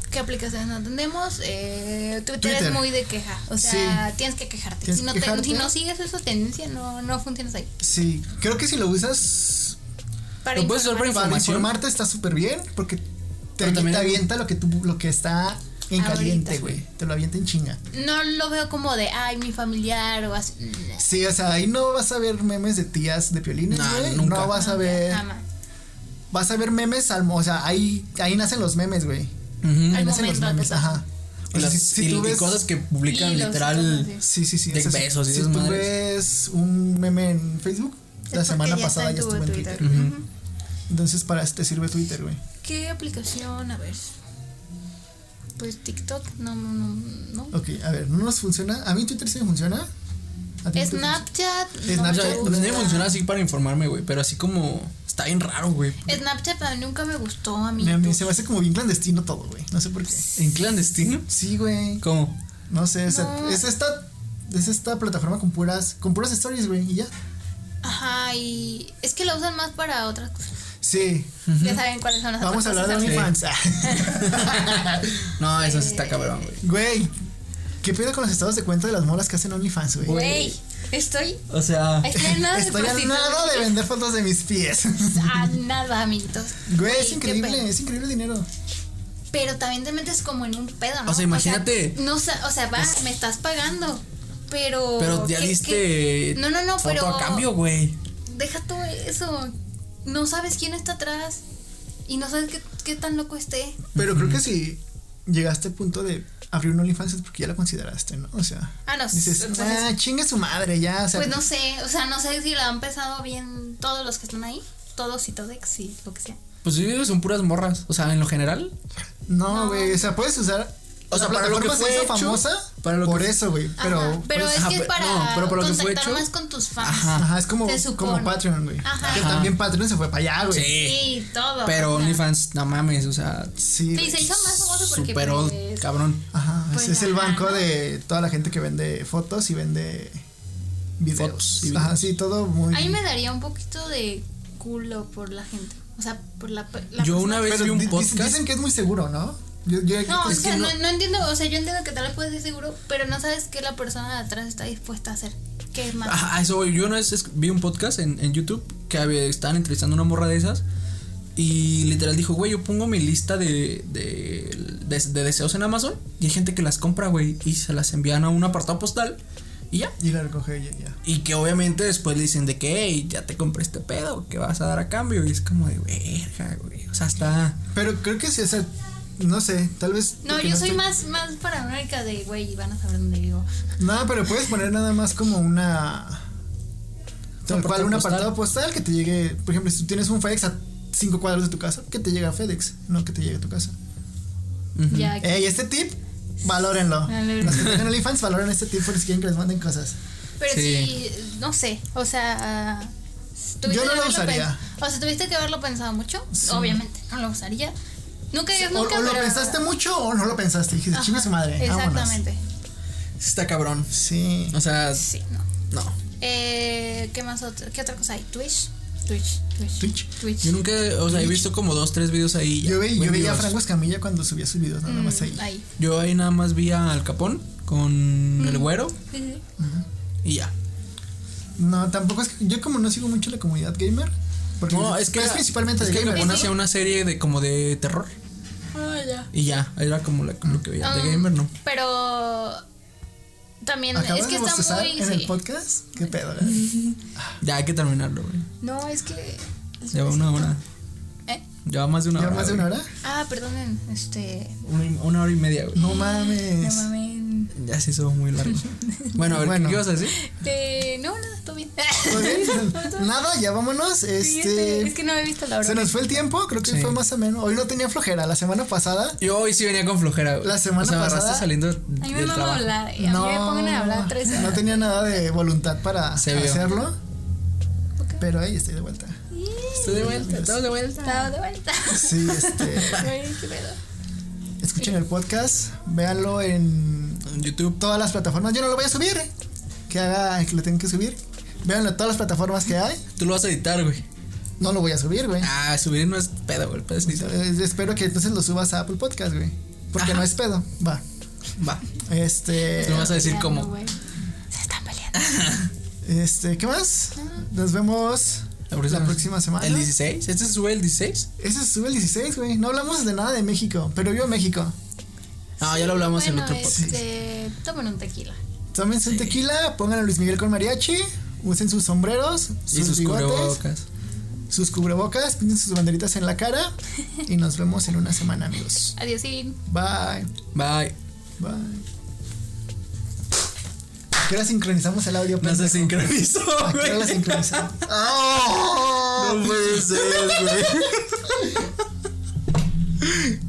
¿Qué aplicaciones no entendemos? Eh, Twitter,
Twitter.
es muy de queja. O sea, tienes que quejarte.
Tienes
si, no
que
te-
quejarte.
si no sigues esa tendencia, no, no funcionas ahí.
Sí, creo que si lo usas
Para
Lo puedes usar para
informar.
Para
información.
informarte está súper bien porque te,
Pero también-
te avienta lo que, tú, lo que está en
Ahorita.
caliente, güey. Te lo avienta en chinga.
No lo veo como de, ay, mi familiar o así. No,
Sí, o sea, ahí no vas a ver memes de tías de piolines,
Nah,
güey.
nunca.
no vas a
no,
ver.
Jamás.
Vas a ver memes al. O sea, ahí, ahí nacen los memes, güey.
Ujú.
Al
Ahí nacen los
momento, pues,
memes,
al
ajá.
Y,
O sea,
las, y- y cosas que publican
Y los-
literal.
sí.
Sí, sí, sí.
De
o sea, si-
besos y
Si
esas
tú
madres.
ves un meme en Facebook, la
Es
semana
porque ya está
pasada
en
ya
tu
estuvo en
Twitter.
Twitter.
Ujú.
Entonces, para eso te sirve Twitter, güey.
¿Qué aplicación? A ver. Pues TikTok, no, no, no.
Ok, a ver, ¿no nos funciona? A mí Twitter sí me funciona. ¿A ti no te
Snapchat. no
O sea,
Snapchat,
me
a mí me
gusta.
funciona así para informarme, güey. Pero así como. Está bien raro, güey.
Snapchat a mí nunca me gustó, a mí.
funciona? A mí se me hace como bien clandestino todo, güey. No sé por qué.
¿En clandestino?
Sí, güey.
¿Cómo?
No sé, o sea,
No.
es esta es esta plataforma con puras con puras stories, güey, y ya.
Ajá, y es que la usan más para otras cosas.
Sí.
Ya saben cuáles son las
Vamos a
otras
hablar de
cosas.
OnlyFans.
No, eso sí
Eh.
está cabrón, güey.
Güey, ¿qué pedo con los estados de cuenta de las molas que hacen OnlyFans, güey?
Güey, estoy
O sea.
estoy a nada de
Estoy a
prostituta.
nada de vender fotos de mis pies.
A nada, amiguitos.
Güey, es
qué
increíble,
pena.
es increíble el dinero.
Pero también te metes como en un pedo, ¿no?
O sea, imagínate.
no, sa- o sea, va, me estás pagando. Pero.
Pero ya
¿qué-
diste.
qué? No, no, no,
foto
pero.
a cambio, güey.
Deja todo eso. No sabes quién está atrás. Y no sabes qué, qué tan loco esté.
Pero creo que si llegaste al punto de abrir un OnlyFans es porque ya lo consideraste, ¿no? O sea,
Ah, no.
dices,
entonces-
ah, chinga su madre, ya, o sea,
Pues no sé, o sea, no sé si la han pensado bien todos los que están ahí, todos y todex y lo que sea.
Pues sí, son puras morras. O sea, en lo general.
no, güey, o sea, puedes usar
O sea,
la
para lo que
plataforma se
fue
hizo
hecho,
famosa
para lo que
por
fue-
eso, güey, pero
Ajá, pero
pues,
es
ajá,
que es
pero-
para
no, pero por lo que fue
contactar
hecho-
más con tus fans.
Ajá.
Ajá, es como,
Se supone.
como Patreon, güey.
Ajá.
Que
Ajá.
también Patreon se fue para allá, güey.
Sí, todo.
Pero
o sea,
OnlyFans, no mames, o sea.
Sí.
Sí,
güey.
se hizo más famoso porque
Super old,
pues,
cabrón.
Ajá,
Pues,
ese es el
ajá,
banco
¿no?
de toda la gente que vende fotos y vende videos.
Fotos y
Ajá,
videos.
sí, todo muy.
a mí me daría un poquito de culo por la gente. O sea, por la, la
Yo
persona-
una vez
Pero
vi un
di- dicen-
podcast.
Dicen que es muy seguro, ¿no? Yo, yo-
No, o
es que
sea,
no-
no, no entiendo, o sea, yo entiendo que tal vez puedes ser seguro, pero no sabes qué la persona de atrás está dispuesta a hacer. ¿Qué es más?
Ajá, a eso voy. Yo una vez es- vi un podcast en, en YouTube que había- estaban entrevistando a una morra de esas. Y literal dijo, güey, yo pongo mi lista de, de, de- de deseos en Amazon. Y hay gente que las compra, güey. Y se las envían a un apartado postal. Y ya.
Y la recoge ella, ya.
Y que obviamente después le dicen de que, hey, ya te compré este pedo. ¿Qué vas a dar a cambio? Y es como de verga, güey. O sea, está.
Pero creo que sí, o sea, no sé, tal vez.
no,
porque
yo soy
estoy-
más, más paranoica de, güey, van a saber dónde vivo.
No, pero puedes poner nada más como una. Tal
apartado
cual, un
postal.
apartado postal que te llegue. Por ejemplo, si tú tienes un FedEx a cinco cuadros de tu casa, que te llegue a FedEx, no que te llegue a tu casa.
Ya,
Ey, este tip, valórenlo.
Valórenlo.
Los que tengan OnlyFans, valoren este tip porque si quieren que les manden cosas.
Pero
Sí.
sí, no sé, o sea,
Yo no
que
lo
haberlo
usaría.
pen- O sea, tuviste que haberlo pensado mucho, obviamente, no lo usaría. Nunca,
O,
nunca
o lo
pero-
pensaste mucho o no lo pensaste. Dijiste,
Ajá,
chingue su madre. Exactamente.
Exactamente.
Está cabrón.
Sí.
O sea,
Sí, no.
no.
Eh, ¿Qué más otro? ¿Qué otra cosa hay? Twitch. Twitch, Twitch.
Twitch.
Twitch.
Yo nunca, o sea, he visto como dos, tres videos ahí. ya.
Yo, ve, yo
Buen
veía a
videos.
Franco Escamilla cuando subía sus videos, nada más ahí.
Mm, ahí.
Yo ahí nada más vi a Al Capón con
Mm.
el güero
Sí,
y ya.
No, tampoco es que. Yo, como no sigo mucho la comunidad gamer. Porque
No, es que
Es principalmente
es
de
que Al
gamer.
Capón hacía una serie de como de terror
ya.
y ya, era como la- lo que veía
Ah.
de gamer, ¿no?
Pero también
Acabas
es que
de
está
bostezar
muy
en
sí.
el podcast. Qué pedo, güey?
Ya hay que terminarlo, güey.
No, es que
Ya va una hora.
¿Eh?
Ya va más de una
¿Ya
hora.
más de una hora?
Ah, perdonen, este
güey. Una, y- una hora y media, güey.
No mames.
no mamen.
Ya se hizo muy largo. Bueno, a ver,
Bueno.
¿qué ibas a decir?
Eh, no, nada, todo bien.
¿Todo Pues bien? Nada, ya vámonos.
Este, es
Este.
que no he visto la hora.
Se nos fue el tiempo, creo que
Sí.
fue más o menos. Hoy no tenía flojera, la semana pasada.
Yo hoy sí venía con flojera, güey.
La semana
o sea, agarraste
pasada-
saliendo
A mí
del
me mama
trabajo.
hablar. eh, A mí me pongan a hablar tres
No
horas.
tenía nada de voluntad para
Se vio.
hacerlo.
Ok.
Pero ahí estoy de vuelta.
Estoy de vuelta, estamos de vuelta.
Estaba de vuelta.
Sí, este.
Güey, qué pedo.
Escuchen el podcast, véanlo en
En YouTube.
todas las plataformas. Yo no lo voy a subir. Que haga que lo tengan que subir. Véanlo en todas las plataformas que hay.
Tú lo vas a editar, güey.
No lo voy a subir, güey.
Ah, subir no es pedo, güey. El pedo es editar.
Eh, Espero que entonces lo subas a Apple Podcast, güey. Porque
Ajá.
no es pedo. Va.
Va.
Este.
Tú me vas a decir
Ya,
cómo.
güey. Se están peleando.
Este, ¿qué más? Nos vemos
La próxima,
La próxima semana.
¿El 16? ¿Este se sube el 16?
Ese se sube el 16, güey. No hablamos de nada de México, pero yo México.
Ah, ya lo hablamos en
bueno,
otro podcast.
Este, tomen un tequila.
Tómense un tequila, pongan a Luis Miguel con mariachi, usen sus sombreros, sus,
Y sus
bigotes,
cubrebocas.
sus cubrebocas, pinten sus banderitas en la cara y nos vemos en una semana, amigos.
Adiósín.
Bye,
Bye.
bye. ¿A qué hora sincronizamos el audio?
No
pendejo?
se sincronizó,
¿A qué hora
güey.
la sincronizamos? ¡Ah!
No puede ser, güey.